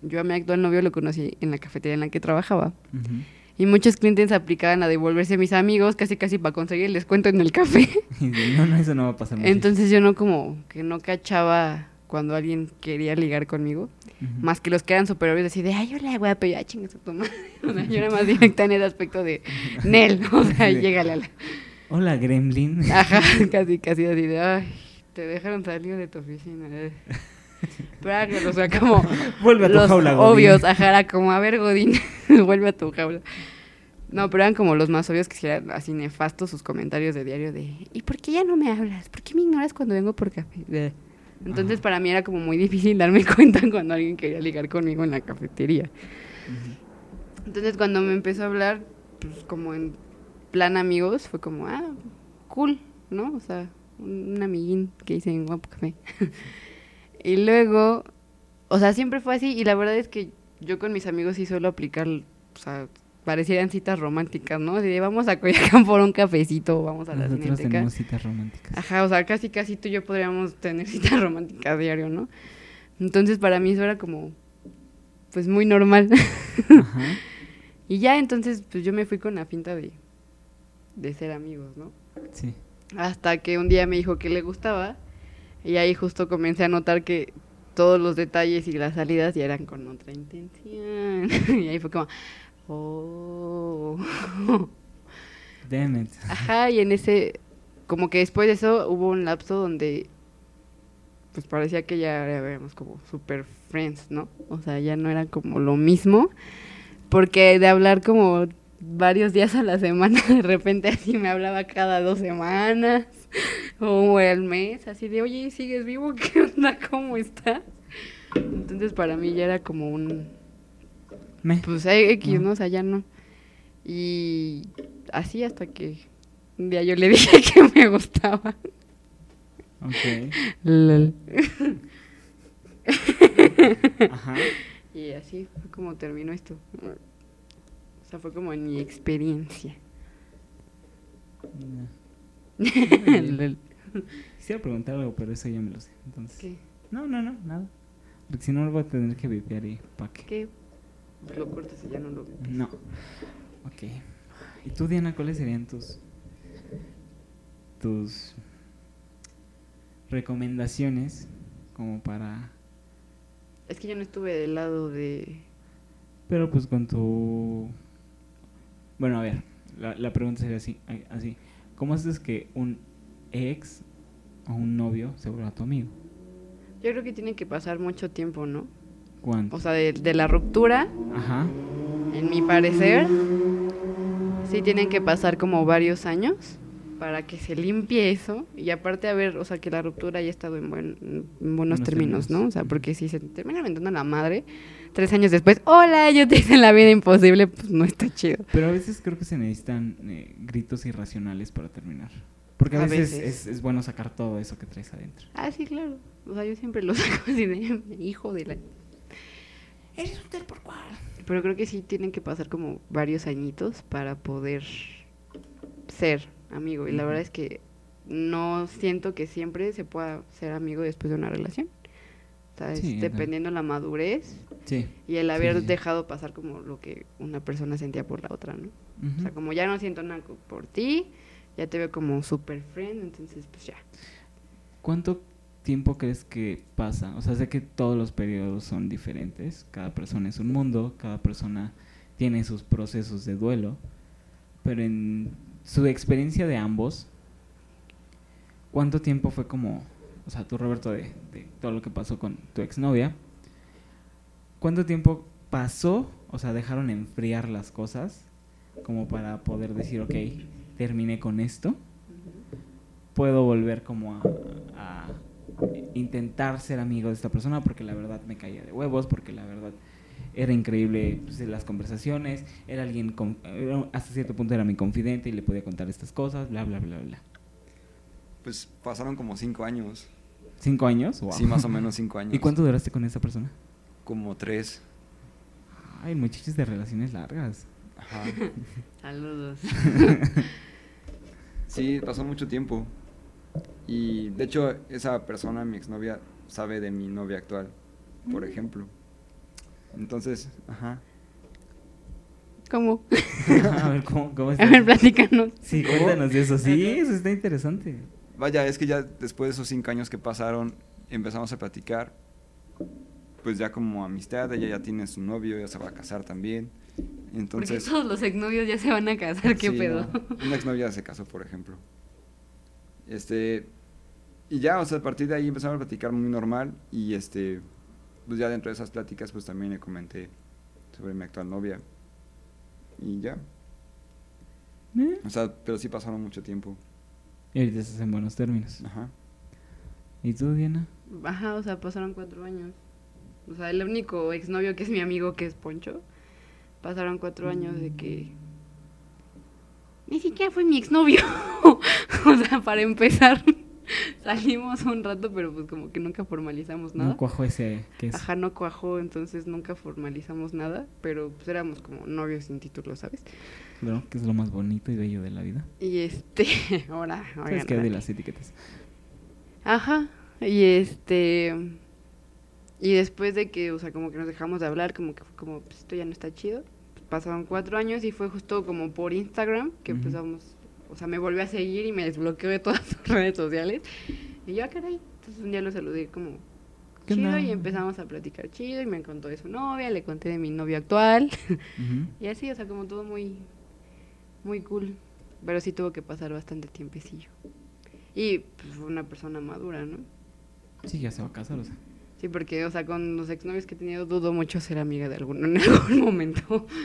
[SPEAKER 2] yo a mi actual novio lo conocí en la cafetería en la que trabajaba.
[SPEAKER 1] Ujú. (laughs)
[SPEAKER 2] Y muchos clientes aplicaban a devolverse mis amigos casi casi para conseguir el descuento en el café.
[SPEAKER 1] Y dice, No, no, eso no va a pasar. muchacho.
[SPEAKER 2] Entonces yo no como que no cachaba cuando alguien quería ligar conmigo.
[SPEAKER 1] Ujú.
[SPEAKER 2] Más que los que eran super obvios, así de, ay, hola, guapo, pero ya chingas a tu madre. (laughs) O sea, yo era más directa en el aspecto de, Nel, o sea,
[SPEAKER 1] Sí.
[SPEAKER 2] llégale a la... (laughs)
[SPEAKER 1] Hola, Gremlin.
[SPEAKER 2] Ajá, casi, casi así de, ay, te dejaron salir de tu oficina. (laughs) eh". Pero era que, o sea, como
[SPEAKER 1] (laughs) (laughs) Vuelve a tu
[SPEAKER 2] los
[SPEAKER 1] jaula, Godín.
[SPEAKER 2] obvios, Ah, ajá, era como, a ver, Godín, (laughs) vuelve a tu jaula. No, pero eran como los más obvios que sí eran así nefastos sus comentarios de diario de, ¿y por qué ya no me hablas? ¿Por qué me ignoras cuando vengo por café? Bleh. Entonces
[SPEAKER 1] Ajá.
[SPEAKER 2] para mí era como muy difícil darme (laughs) cuenta cuando alguien quería ligar conmigo en la cafetería.
[SPEAKER 1] Ujú.
[SPEAKER 2] Entonces cuando me empezó a hablar, pues como en plan amigos, fue como, ah, cool, ¿no? O sea, un, un amiguín que hice en Guapo Café. (laughs) y luego, o sea, siempre fue así y la verdad es que yo con mis amigos sí suelo aplicar, o sea, parecieran citas románticas, ¿no? Así de vamos a Coyoacán por un cafecito, vamos a la Ah.
[SPEAKER 1] Nosotros
[SPEAKER 2] cineteca.
[SPEAKER 1] tenemos citas románticas.
[SPEAKER 2] Ajá, o sea, casi casi tú y yo podríamos tener citas (laughs) románticas diario, ¿no? Entonces para mí eso era como, pues muy normal. (laughs)
[SPEAKER 1] Ajá.
[SPEAKER 2] Y ya entonces, pues yo me fui con la finta de, de ser amigos, ¿no?
[SPEAKER 1] Sí.
[SPEAKER 2] Hasta que un día me dijo que le gustaba y ahí justo comencé a notar que todos los detalles y las salidas ya eran con otra intención. (laughs) y ahí fue como, oh.
[SPEAKER 1] Damn it.
[SPEAKER 2] Ajá, y en ese, como que después de eso hubo un lapso donde, pues parecía que ya éramos como super friends, ¿no? O sea, ya no era como lo mismo, porque de hablar como varios días a la semana, (laughs) de repente así me hablaba cada dos semanas o al mes, así de, oye, ¿sigues vivo? (laughs) ¿Qué onda? ¿Cómo estás? Entonces para mí ya era como un,
[SPEAKER 1] Me.
[SPEAKER 2] pues eh, X,
[SPEAKER 1] Ajá.
[SPEAKER 2] ¿no? O sea, ya no. Y así hasta que un día yo le (laughs) dije que me gustaba. (laughs)
[SPEAKER 1] Ok. Ajá.
[SPEAKER 2] (laughs) Y así fue como terminó esto. O sea, fue como en mi experiencia.
[SPEAKER 1] Ya.
[SPEAKER 2] (laughs) Lol.
[SPEAKER 1] Quisiera preguntar algo, pero eso ya me lo sé. Entonces.
[SPEAKER 2] ¿Qué?
[SPEAKER 1] No, no, no, nada. Porque si no, lo voy a tener que vipear y pa' qué.
[SPEAKER 2] ¿Qué? Pues Lo cortas y ya no lo...
[SPEAKER 1] No. Ok. ¿Y tú, Diana, cuáles serían tus. tus. recomendaciones? Como para.
[SPEAKER 2] Es que yo no estuve del lado de...
[SPEAKER 1] Pero pues con tu... Bueno, a ver, la, la pregunta sería así, a- así. ¿Cómo haces que un ex o un novio se vuelva tu amigo?
[SPEAKER 2] Yo creo que tiene que pasar mucho tiempo, ¿no?
[SPEAKER 1] ¿Cuánto?
[SPEAKER 2] O sea, de, de la ruptura,
[SPEAKER 1] Ajá.
[SPEAKER 2] en mi parecer, sí tienen que pasar como varios años para que se limpie eso. Y aparte, a ver, o sea, que la ruptura haya estado en, buen- en buenos
[SPEAKER 1] Buenos
[SPEAKER 2] términos,
[SPEAKER 1] términos.
[SPEAKER 2] ¿no? O sea, porque si se termina aventando la madre, tres años después, hola, yo te hice la vida imposible, pues no está chido.
[SPEAKER 1] Pero a veces creo que se necesitan eh, gritos irracionales para terminar. Porque a,
[SPEAKER 2] A
[SPEAKER 1] veces,
[SPEAKER 2] veces.
[SPEAKER 1] Es, es bueno sacar todo eso que traes adentro.
[SPEAKER 2] Ah, sí, claro. O sea, yo siempre lo (laughs) saco así de hijo de la...
[SPEAKER 1] Eres un por cual.
[SPEAKER 2] Pero creo que sí tienen que pasar como varios añitos para poder ser amigo. Y la
[SPEAKER 1] Ujú.
[SPEAKER 2] verdad es que no siento que siempre se pueda ser amigo después de una relación. O sea, es
[SPEAKER 1] Sí, ajá.
[SPEAKER 2] dependiendo la madurez
[SPEAKER 1] Sí.
[SPEAKER 2] y el
[SPEAKER 1] Sí,
[SPEAKER 2] haber
[SPEAKER 1] sí, sí.
[SPEAKER 2] dejado pasar como lo que una persona sentía por la otra, ¿no? O sea,
[SPEAKER 1] Ujú.
[SPEAKER 2] como ya no siento nada co- por ti, ya te veo como super friend, entonces pues ya.
[SPEAKER 1] ¿Cuánto tiempo crees que pasa? O sea, sé que todos los periodos son diferentes, cada persona es un mundo, cada persona tiene sus procesos de duelo, pero en su experiencia de ambos, ¿cuánto tiempo fue como, o sea, tú Roberto, de, de todo lo que pasó con tu exnovia, ¿cuánto tiempo pasó, o sea, dejaron enfriar las cosas como para poder decir, ok, terminé con esto? puedo volver como a, a intentar ser amigo de esta persona porque la verdad me caía de huevos, porque la verdad era increíble pues, las conversaciones, era alguien, con- era- hasta cierto punto era mi confidente y le podía contar estas cosas, bla, bla, bla, bla.
[SPEAKER 4] Pues pasaron como cinco años.
[SPEAKER 1] ¿Cinco años? Wow.
[SPEAKER 4] Sí, más
[SPEAKER 1] (laughs)
[SPEAKER 4] o menos cinco años.
[SPEAKER 1] ¿Y cuánto duraste con esa persona?
[SPEAKER 4] Como tres.
[SPEAKER 1] Ay, muchachos de relaciones
[SPEAKER 4] (laughs)
[SPEAKER 1] largas.
[SPEAKER 4] Ajá.
[SPEAKER 1] (laughs)
[SPEAKER 2] Saludos.
[SPEAKER 4] Sí, pasó mucho tiempo. Y de hecho, esa persona, mi exnovia, sabe de mi novia actual, por ejemplo. Entonces, ajá.
[SPEAKER 2] ¿Cómo?
[SPEAKER 1] a ver, ¿cómo, cómo
[SPEAKER 2] A
[SPEAKER 1] está
[SPEAKER 2] ver,
[SPEAKER 1] eso?
[SPEAKER 2] platícanos.
[SPEAKER 1] Sí, cuéntanos de eso. Sí, eso está interesante.
[SPEAKER 4] Vaya, es que ya después de esos cinco años que pasaron, empezamos a platicar. Pues ya como amistad, ella ya tiene su novio, ya se va a casar también. Entonces.
[SPEAKER 2] Porque todos los exnovios ya se van a casar, (laughs) qué
[SPEAKER 4] Sí,
[SPEAKER 2] pedo.
[SPEAKER 4] no. Una exnovia se casó, por ejemplo. Este. Y ya, o sea, a partir de ahí empezamos a platicar muy normal. Y este. Pues ya dentro de esas pláticas, pues también le comenté sobre mi actual novia. Y ya.
[SPEAKER 1] ¿Eh?
[SPEAKER 4] O sea, pero sí pasaron mucho tiempo.
[SPEAKER 1] Y ahorita estás en buenos términos.
[SPEAKER 4] Ajá.
[SPEAKER 1] ¿Y tú, Diana?
[SPEAKER 2] Ajá, o sea, pasaron cuatro años. O sea, el único exnovio que es mi amigo, que es Poncho, pasaron cuatro años de que... Ni siquiera fue mi exnovio. (laughs) o sea, para empezar, (laughs) salimos un rato, pero pues como que nunca formalizamos nada.
[SPEAKER 1] No cuajo ese que es.
[SPEAKER 2] Ajá, no cuajó, entonces nunca formalizamos nada, pero pues éramos como novios sin título, ¿sabes?
[SPEAKER 1] Claro, que es lo más bonito y bello de la vida.
[SPEAKER 2] Y este, (laughs) ahora...
[SPEAKER 1] ¿Sabes
[SPEAKER 2] oigan,
[SPEAKER 1] qué? De
[SPEAKER 2] ahora-
[SPEAKER 1] las etiquetas.
[SPEAKER 2] Ajá, y este. Y después de que, o sea, como que nos dejamos de hablar, como que fue como, pues esto ya no está chido. pues, Pasaron cuatro años y fue justo como por Instagram que
[SPEAKER 1] Ujú.
[SPEAKER 2] empezamos. O sea, me volvió a seguir y me desbloqueó de todas (laughs) sus redes sociales. Y yo, ah, caray. Entonces un día lo saludé como
[SPEAKER 1] ¿Qué
[SPEAKER 2] chido
[SPEAKER 1] onda?
[SPEAKER 2] y empezamos a platicar chido. Y me contó de su novia, le conté de mi novio actual. (laughs)
[SPEAKER 1] Ujú.
[SPEAKER 2] Y así, o sea, como todo muy, muy cool. Pero sí tuvo que pasar bastante tiempecillo. Y pues, fue una persona madura, ¿no?
[SPEAKER 1] Sí, ya se va a casar, o sea.
[SPEAKER 2] Sí, porque, o sea, con los exnovios que he tenido, dudo mucho ser amiga de alguno en (laughs) algún momento.
[SPEAKER 1] (laughs)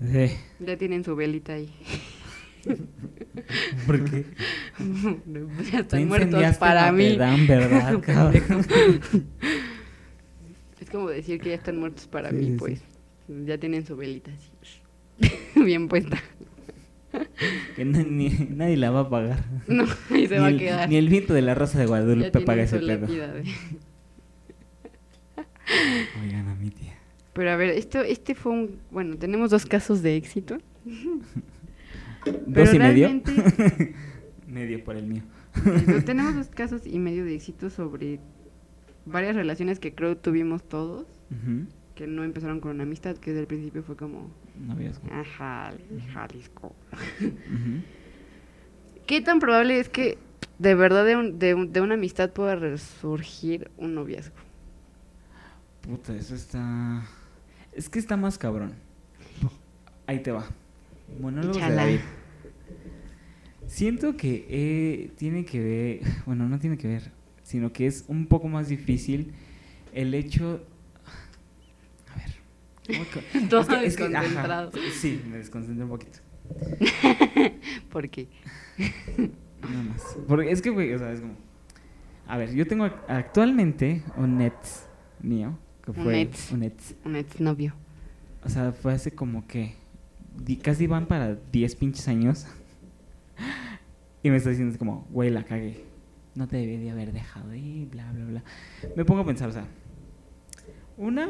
[SPEAKER 1] Sí,
[SPEAKER 2] Ya tienen su velita ahí. (laughs)
[SPEAKER 1] porque
[SPEAKER 2] No, pues, ya
[SPEAKER 1] tú
[SPEAKER 2] están muertos
[SPEAKER 1] incendiaste
[SPEAKER 2] para mí.
[SPEAKER 1] Notre Dame,
[SPEAKER 2] (laughs)
[SPEAKER 1] ¿verdad, cabrón?
[SPEAKER 2] Es como decir que ya están muertos para
[SPEAKER 1] Sí,
[SPEAKER 2] mí,
[SPEAKER 1] sí, sí.
[SPEAKER 2] pues. Ya tienen su velita así. (laughs) Bien puesta. (laughs)
[SPEAKER 1] que na- ni- nadie la va a pagar.
[SPEAKER 2] No, ahí se
[SPEAKER 1] ni
[SPEAKER 2] va
[SPEAKER 1] el,
[SPEAKER 2] a quedar.
[SPEAKER 1] Ni el viento de la Rosa de
[SPEAKER 2] ya
[SPEAKER 1] Guadalupe paga
[SPEAKER 2] tienen
[SPEAKER 1] ese
[SPEAKER 2] su
[SPEAKER 1] pedo.
[SPEAKER 2] lápida de-
[SPEAKER 1] Oigan a mi tía.
[SPEAKER 2] Pero a ver, esto, este fue un... Bueno, tenemos dos casos de éxito.
[SPEAKER 1] ¿Dos y medio?
[SPEAKER 2] realmente-
[SPEAKER 1] (laughs) medio por el mío.
[SPEAKER 2] Entonces, tenemos dos casos y medio de éxito sobre varias relaciones que creo tuvimos todos,
[SPEAKER 1] Ujú.
[SPEAKER 2] que no empezaron con una amistad, que desde el principio fue como,
[SPEAKER 1] Noviazgo.
[SPEAKER 2] ajá, Jalisco.
[SPEAKER 1] Ujú.
[SPEAKER 2] ¿Qué tan probable es que de verdad de, un- de un- de una amistad pueda (laughs) resurgir un noviazgo?
[SPEAKER 1] Puta, eso está. Es que está más cabrón. Ahí te va. Monólogos de
[SPEAKER 2] Échala.
[SPEAKER 1] David. Siento que eh, tiene que ver, (laughs) bueno, no tiene que ver, sino que es un poco más difícil el hecho... A ver. ¿cómo
[SPEAKER 2] (laughs)
[SPEAKER 1] que-
[SPEAKER 2] Todo
[SPEAKER 1] ajá,
[SPEAKER 2] desconcentrado.
[SPEAKER 1] sí, me desconcentré un poquito.
[SPEAKER 2] ¿Por qué?
[SPEAKER 1] Nada más. Porque es que, güey, o sea, es como. A ver, yo tengo ac- actualmente un Nets mío, que
[SPEAKER 2] Un
[SPEAKER 1] fue.
[SPEAKER 2] Nets.
[SPEAKER 1] un Nets.
[SPEAKER 2] Un exnovio.
[SPEAKER 1] O sea, fue hace como que. di- Casi van para 10 pinches años. (laughs) Y me está diciendo, es como, güey, la cagué. No te debí de haber dejado y bla, bla, bla. Me pongo a pensar, o sea. Una,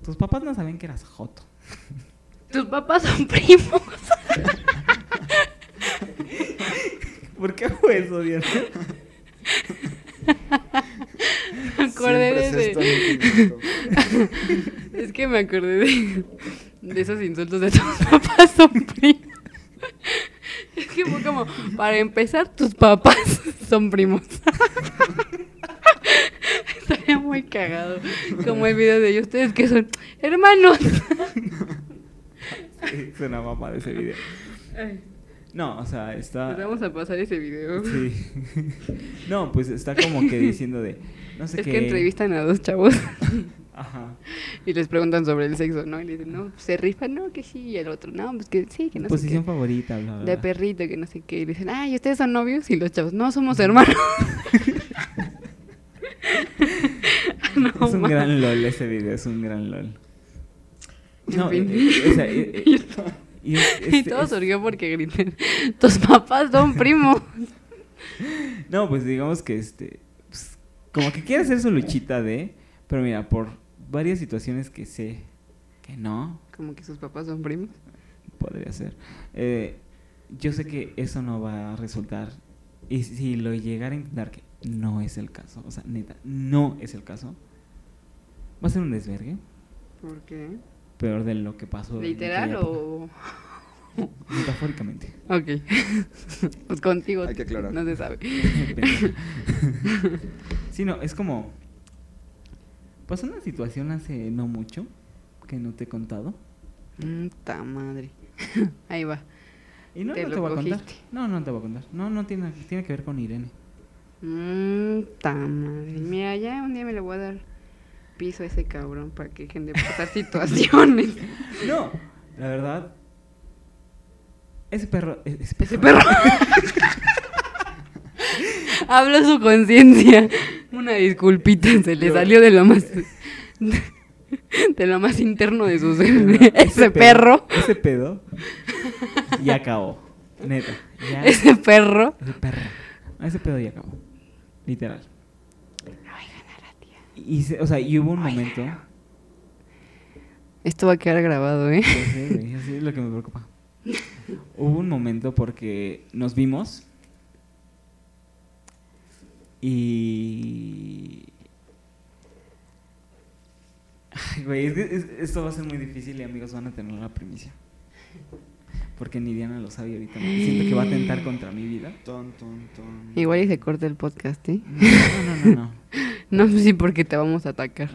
[SPEAKER 1] tus papás no saben que eras joto. (laughs)
[SPEAKER 2] Tus papás son primos. (laughs)
[SPEAKER 1] ¿Por qué fue eso, Dios? (laughs)
[SPEAKER 2] Me acordé de.
[SPEAKER 4] Siempre se está metiendo.
[SPEAKER 2] (laughs) Es que me acordé de, de esos insultos de tus (laughs) papás son primos. Es que fue como, para empezar, tus papás (laughs) son primos. Estaría muy cagado. Como el video de ellos, ustedes que son hermanos.
[SPEAKER 1] Es una mamá de ese video.
[SPEAKER 2] Ay,
[SPEAKER 1] No, o sea, está.
[SPEAKER 2] les vamos a pasar ese video.
[SPEAKER 1] Sí. (laughs) No, pues está como que diciendo de. No sé
[SPEAKER 2] Es
[SPEAKER 1] qué.
[SPEAKER 2] que entrevistan a dos chavos (laughs)
[SPEAKER 1] Ajá.
[SPEAKER 2] y les preguntan sobre el sexo, ¿no? Y le dicen, no, se rifan, no, que sí, y el otro, no, pues que sí, que no sé qué.
[SPEAKER 1] Posición favorita, bla, bla.
[SPEAKER 2] de
[SPEAKER 1] bla.
[SPEAKER 2] perrito, que no sé qué. Y le dicen, ay, ustedes son novios y los chavos, no, somos
[SPEAKER 1] (laughs)
[SPEAKER 2] hermanos. No,
[SPEAKER 1] es un
[SPEAKER 2] ma. (laughs)
[SPEAKER 1] gran lol ese video, es un gran lol.
[SPEAKER 2] En
[SPEAKER 1] No,
[SPEAKER 2] fin.
[SPEAKER 1] eh, eh, o sea,
[SPEAKER 2] (laughs)
[SPEAKER 1] eh, eh, y, es-
[SPEAKER 2] y
[SPEAKER 1] este,
[SPEAKER 2] todo
[SPEAKER 1] es-
[SPEAKER 2] surgió porque griten, tus papás son
[SPEAKER 1] (laughs)
[SPEAKER 2] primos.
[SPEAKER 1] No, pues digamos que este. pues, como que quiere hacer su luchita de. Pero mira, por varias situaciones que sé que no
[SPEAKER 2] Como que sus papás son primos.
[SPEAKER 1] podría ser. eh, yo sé que eso no va a resultar. Y si lo llegara a intentar, que no es el caso, o sea, neta, no es el caso, va a ser un desvergue
[SPEAKER 2] ¿Por qué?
[SPEAKER 1] peor de lo que pasó. Oh, en
[SPEAKER 2] ¿Literal
[SPEAKER 1] aquella época.
[SPEAKER 2] o...?
[SPEAKER 1] Metafóricamente.
[SPEAKER 2] Ok. (laughs) pues contigo.
[SPEAKER 4] Hay que aclarar.
[SPEAKER 2] No
[SPEAKER 1] (laughs)
[SPEAKER 2] se sabe.
[SPEAKER 1] sí, no, es como. Pasó una situación hace no mucho que no te he contado.
[SPEAKER 2] Puta madre. (laughs) Ahí va.
[SPEAKER 1] Y no,
[SPEAKER 2] Te
[SPEAKER 1] no
[SPEAKER 2] lo
[SPEAKER 1] te voy a contar.
[SPEAKER 2] cogiste.
[SPEAKER 1] No, no te voy a contar. No, no tiene, tiene que ver con Irene.
[SPEAKER 2] Puta madre. Mira, ya un día me le voy a dar piso a ese cabrón para que dejen de
[SPEAKER 1] (laughs)
[SPEAKER 2] pasar situaciones.
[SPEAKER 1] No, la verdad. Ese perro. e- Ese perro.
[SPEAKER 2] Ese perro.
[SPEAKER 1] (laughs)
[SPEAKER 2] Habla su conciencia. Una disculpita, se le
[SPEAKER 1] Yo-
[SPEAKER 2] salió de lo más. De lo más interno de su ser.
[SPEAKER 1] Ese
[SPEAKER 2] Ese
[SPEAKER 1] pedo-
[SPEAKER 2] perro.
[SPEAKER 1] Ese pedo. Y acabó. Neta. Ya. Ese
[SPEAKER 2] Ese perro.
[SPEAKER 1] perro. Ese pedo y acabó. Literal. Y, se- o sea, y hubo un momento.
[SPEAKER 2] Esto va a quedar grabado, ¿eh?
[SPEAKER 1] Ya sé, güey, ya sé, es lo que me preocupa. Hubo un momento porque nos vimos. Y. Ay, güey, es que es- esto va a ser muy difícil y amigos van a tener la primicia. Porque ni Diana lo sabe y ahorita. me- Siento que va a atentar contra mi vida.
[SPEAKER 4] Ton, ton, ton.
[SPEAKER 2] Igual y se corta el podcast, ¿eh?
[SPEAKER 1] No, no, no, (laughs) no.
[SPEAKER 2] No sé si porque te vamos a atacar.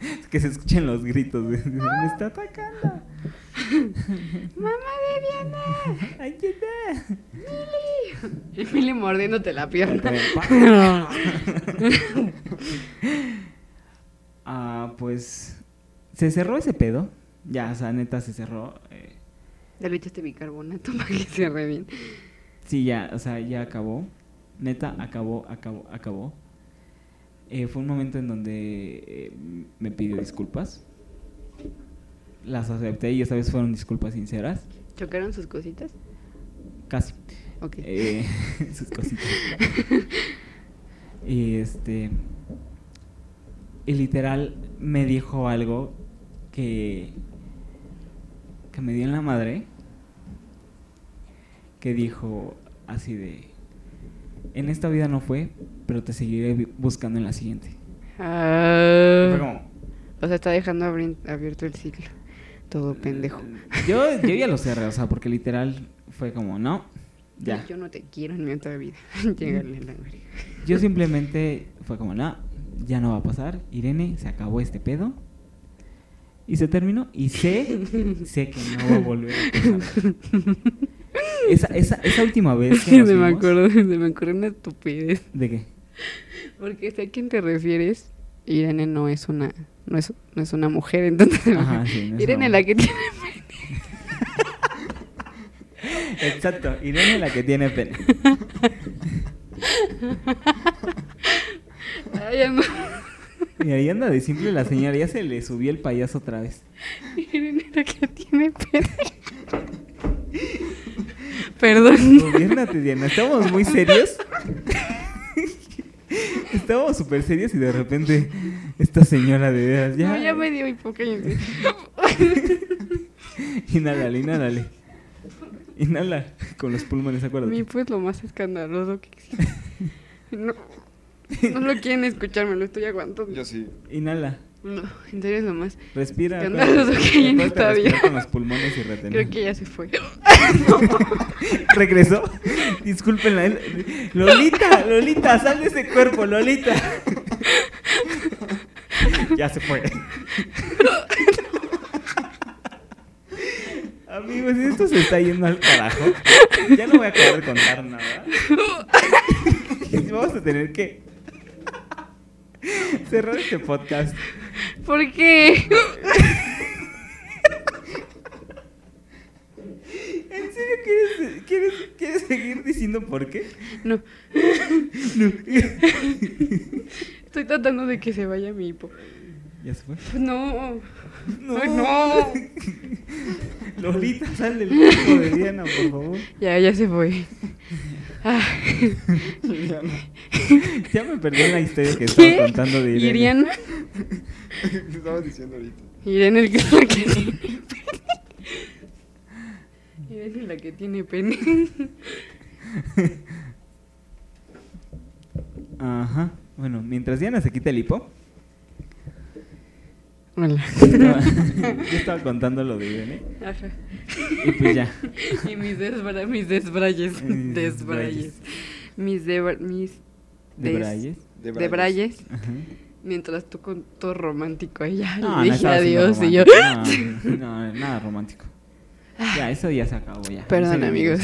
[SPEAKER 1] Es que se escuchen los gritos. güey. Me está atacando.
[SPEAKER 2] ¡Mamá de Diana!
[SPEAKER 1] Ayuda.
[SPEAKER 2] Emily mordiéndote la pierna.
[SPEAKER 1] (laughs) Ah, pues se cerró ese pedo. Ya, o sea, neta se cerró. eh,
[SPEAKER 2] Ya le echaste bicarbonato para que se re bien.
[SPEAKER 1] sí, ya, o sea, ya acabó. Neta, acabó, acabó, acabó. Eh, fue un momento en donde eh, me pidió disculpas. Las acepté y esta vez fueron disculpas sinceras.
[SPEAKER 2] ¿Chocaron sus cositas?
[SPEAKER 1] Casi.
[SPEAKER 2] Ok.
[SPEAKER 1] Eh, (laughs) sus cositas. y este. Y literal me dijo algo que. que me dio en la madre. Que dijo así de. En esta vida no fue, pero te seguiré vi- buscando en la siguiente. Y
[SPEAKER 2] Ah.
[SPEAKER 1] Fue como.
[SPEAKER 2] O sea, está dejando abri- abierto el ciclo. Todo pendejo.
[SPEAKER 1] Yo, yo ya lo cerré, o sea, porque literal fue como, no, ya.
[SPEAKER 2] Yo no te quiero en mi otra vida. (laughs) Llegarle la verga.
[SPEAKER 1] Yo simplemente fue como, no, ya no va a pasar. Irene, se acabó este pedo. y se terminó. Y
[SPEAKER 2] (laughs)
[SPEAKER 1] sé, sé que no va a volver a pasar. Esa, esa, esa última
[SPEAKER 2] (laughs)
[SPEAKER 1] vez que
[SPEAKER 2] Se
[SPEAKER 1] nos
[SPEAKER 2] me
[SPEAKER 1] vimos-
[SPEAKER 2] acuerdo, se me ocurrió una estupidez.
[SPEAKER 1] ¿De qué?
[SPEAKER 2] Porque sé a quién te refieres. Irene no es una, no es, no es una mujer, entonces.
[SPEAKER 1] Ajá, sí, no es
[SPEAKER 2] Irene
[SPEAKER 1] una
[SPEAKER 2] la que tiene.
[SPEAKER 1] Exacto, Irene es la que tiene pene.
[SPEAKER 2] (laughs) Ay, ando-
[SPEAKER 1] Y ahí anda de simple la señora, ya se le subió el payaso otra vez.
[SPEAKER 2] Irene la que tiene pene. (laughs) Perdón.
[SPEAKER 1] Gobiérnate, Diana, estamos muy serios. (laughs) Estábamos súper serios y de repente esta señora de veras ya.
[SPEAKER 2] No, ya me dio hipocresía.
[SPEAKER 1] Inhálale, inhálale. Inhala con los pulmones, acuérdate.
[SPEAKER 2] Mi pues lo más escandaloso que existe. No, no lo quieren escuchar, me lo estoy aguantando.
[SPEAKER 4] Yo sí. (laughs)
[SPEAKER 1] Inhala,
[SPEAKER 2] No, en serio es lo más.
[SPEAKER 1] respira.
[SPEAKER 2] Escandaloso
[SPEAKER 1] acuérdate.
[SPEAKER 2] que hay en
[SPEAKER 1] Acuérdate
[SPEAKER 2] esta
[SPEAKER 1] respirar
[SPEAKER 2] vida.
[SPEAKER 1] con los pulmones y retener.
[SPEAKER 2] Creo que ya se fue.
[SPEAKER 1] (laughs) ¿Regresó? Discúlpenla. él- Lolita, Lolita, sal de ese cuerpo, Lolita. (laughs) ya se fue. Amigos, esto se está yendo al carajo. Ya no voy a poder contar nada. Vamos a tener que cerrar este podcast.
[SPEAKER 2] ¿Por qué?
[SPEAKER 1] ¿En serio quieres, quieres, quieres seguir diciendo por qué?
[SPEAKER 2] No,
[SPEAKER 1] No.
[SPEAKER 2] estoy tratando de que se vaya mi hipo.
[SPEAKER 1] ya se fue.
[SPEAKER 2] No.
[SPEAKER 1] No.
[SPEAKER 2] Ay, no.
[SPEAKER 1] (laughs) Lolita, sal del cuerpo de Diana, por favor.
[SPEAKER 2] Ya, ya se
[SPEAKER 1] (laughs)
[SPEAKER 2] fue. Ah. (laughs)
[SPEAKER 1] Ya me perdí en la historia que
[SPEAKER 2] ¿Qué?
[SPEAKER 1] estaba contando de Irene.
[SPEAKER 2] Iriana.
[SPEAKER 4] Te estabas diciendo ahorita.
[SPEAKER 2] Irene el que la que
[SPEAKER 1] (laughs)
[SPEAKER 2] tiene pene. Irene la que tiene pene.
[SPEAKER 1] Ajá. Bueno, mientras Diana se quita el hipo,
[SPEAKER 2] (laughs) Hola.
[SPEAKER 1] estaba- (laughs) yo estaba contando lo de Irene.
[SPEAKER 2] Ajá.
[SPEAKER 1] Y pues ya.
[SPEAKER 2] Y mis, desbra mis desbrayes.
[SPEAKER 1] Mis
[SPEAKER 2] Desbrayes. Mis debra- mis
[SPEAKER 1] ¿De
[SPEAKER 2] des-
[SPEAKER 1] Brayes?
[SPEAKER 4] De
[SPEAKER 2] debrayes.
[SPEAKER 1] Ajá.
[SPEAKER 2] Mientras tú con todo romántico ella
[SPEAKER 1] No,
[SPEAKER 2] le
[SPEAKER 1] no
[SPEAKER 2] dije
[SPEAKER 1] estaba haciendo
[SPEAKER 2] adiós y yo. (laughs)
[SPEAKER 1] romántico. No, no, nada romántico. Ya, eso ya se acabó ya.
[SPEAKER 2] Perdón,
[SPEAKER 1] Sí,
[SPEAKER 2] amigos.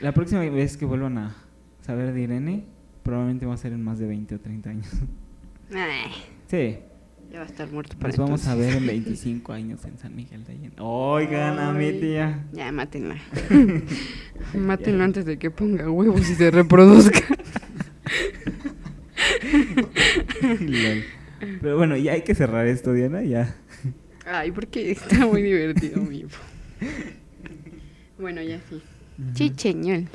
[SPEAKER 1] La próxima vez que vuelvan a saber de Irene, probablemente va a ser en más de 20 o 30 años.
[SPEAKER 2] (laughs) Ay,
[SPEAKER 1] Sí,
[SPEAKER 2] ya va a estar muerto para
[SPEAKER 1] Nos vamos a
[SPEAKER 2] entonces.
[SPEAKER 1] ver
[SPEAKER 2] (laughs)
[SPEAKER 1] en 25 años en San Miguel de Allende. Oigan a mi
[SPEAKER 2] Ay.
[SPEAKER 1] tía.
[SPEAKER 2] Ya,
[SPEAKER 1] (laughs)
[SPEAKER 2] mátenla. mátenla antes de que ponga huevos y
[SPEAKER 1] (laughs)
[SPEAKER 2] se reproduzca.
[SPEAKER 1] (laughs) Lol. Pero bueno, ya hay que cerrar esto, Diana, ya.
[SPEAKER 2] Ay, porque está muy divertido, mi hijo. Bueno, ya sí.
[SPEAKER 1] (laughs)
[SPEAKER 2] Chicheñol.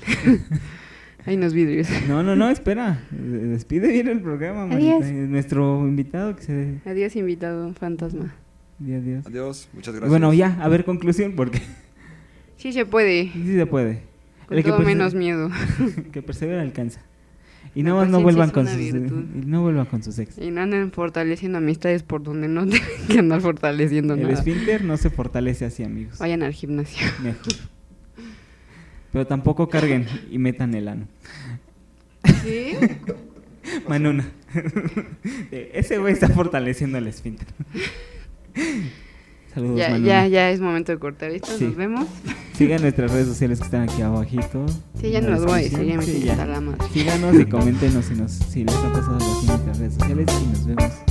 [SPEAKER 2] Ay, nos vidrios.
[SPEAKER 1] No, no, no, espera. Eh, Despide bien el programa, Marita.
[SPEAKER 2] Adiós.
[SPEAKER 1] Eh, Nuestro invitado que se...
[SPEAKER 2] Adiós, invitado fantasma.
[SPEAKER 1] di adiós.
[SPEAKER 4] Adiós, muchas
[SPEAKER 1] Y
[SPEAKER 4] gracias.
[SPEAKER 1] Bueno, ya, a ver, conclusión, porque (laughs)
[SPEAKER 2] Sí se puede.
[SPEAKER 1] sí se puede.
[SPEAKER 2] Con
[SPEAKER 1] El que pues
[SPEAKER 2] todo
[SPEAKER 1] perse-
[SPEAKER 2] menos miedo.
[SPEAKER 1] (laughs) que persevera alcanza. Y
[SPEAKER 2] La
[SPEAKER 1] no, no
[SPEAKER 2] paciencia
[SPEAKER 1] vuelvan
[SPEAKER 2] es
[SPEAKER 1] con
[SPEAKER 2] una
[SPEAKER 1] sus... eh,
[SPEAKER 2] virtud.
[SPEAKER 1] Y no vuelvan con sus ex.
[SPEAKER 2] Y no anden fortaleciendo amistades por donde no (laughs) tienen que andar fortaleciendo
[SPEAKER 1] El
[SPEAKER 2] nada.
[SPEAKER 1] esfínter no se fortalece así, amigos.
[SPEAKER 2] Vayan al gimnasio.
[SPEAKER 1] Mejor. Pero tampoco carguen y metan el ano.
[SPEAKER 2] ¿Qué?
[SPEAKER 1] Manuna. Eh, Ese güey está fortaleciendo el esfínter. Saludos,
[SPEAKER 2] Ya,
[SPEAKER 1] Manuna.
[SPEAKER 2] ya, ya es momento de cortar esto.
[SPEAKER 1] Sí.
[SPEAKER 2] Nos vemos.
[SPEAKER 1] Sigan nuestras redes sociales que están aquí abajito.
[SPEAKER 2] Sí, ya
[SPEAKER 1] en
[SPEAKER 2] no
[SPEAKER 1] la
[SPEAKER 2] los voy a
[SPEAKER 1] descripción.
[SPEAKER 2] decir. Ya me
[SPEAKER 1] Sí,
[SPEAKER 2] tiene
[SPEAKER 1] ya.
[SPEAKER 2] hasta la madre.
[SPEAKER 1] Síganos y coméntenos si, nos, si les han pasado las nuestras redes sociales y nos vemos.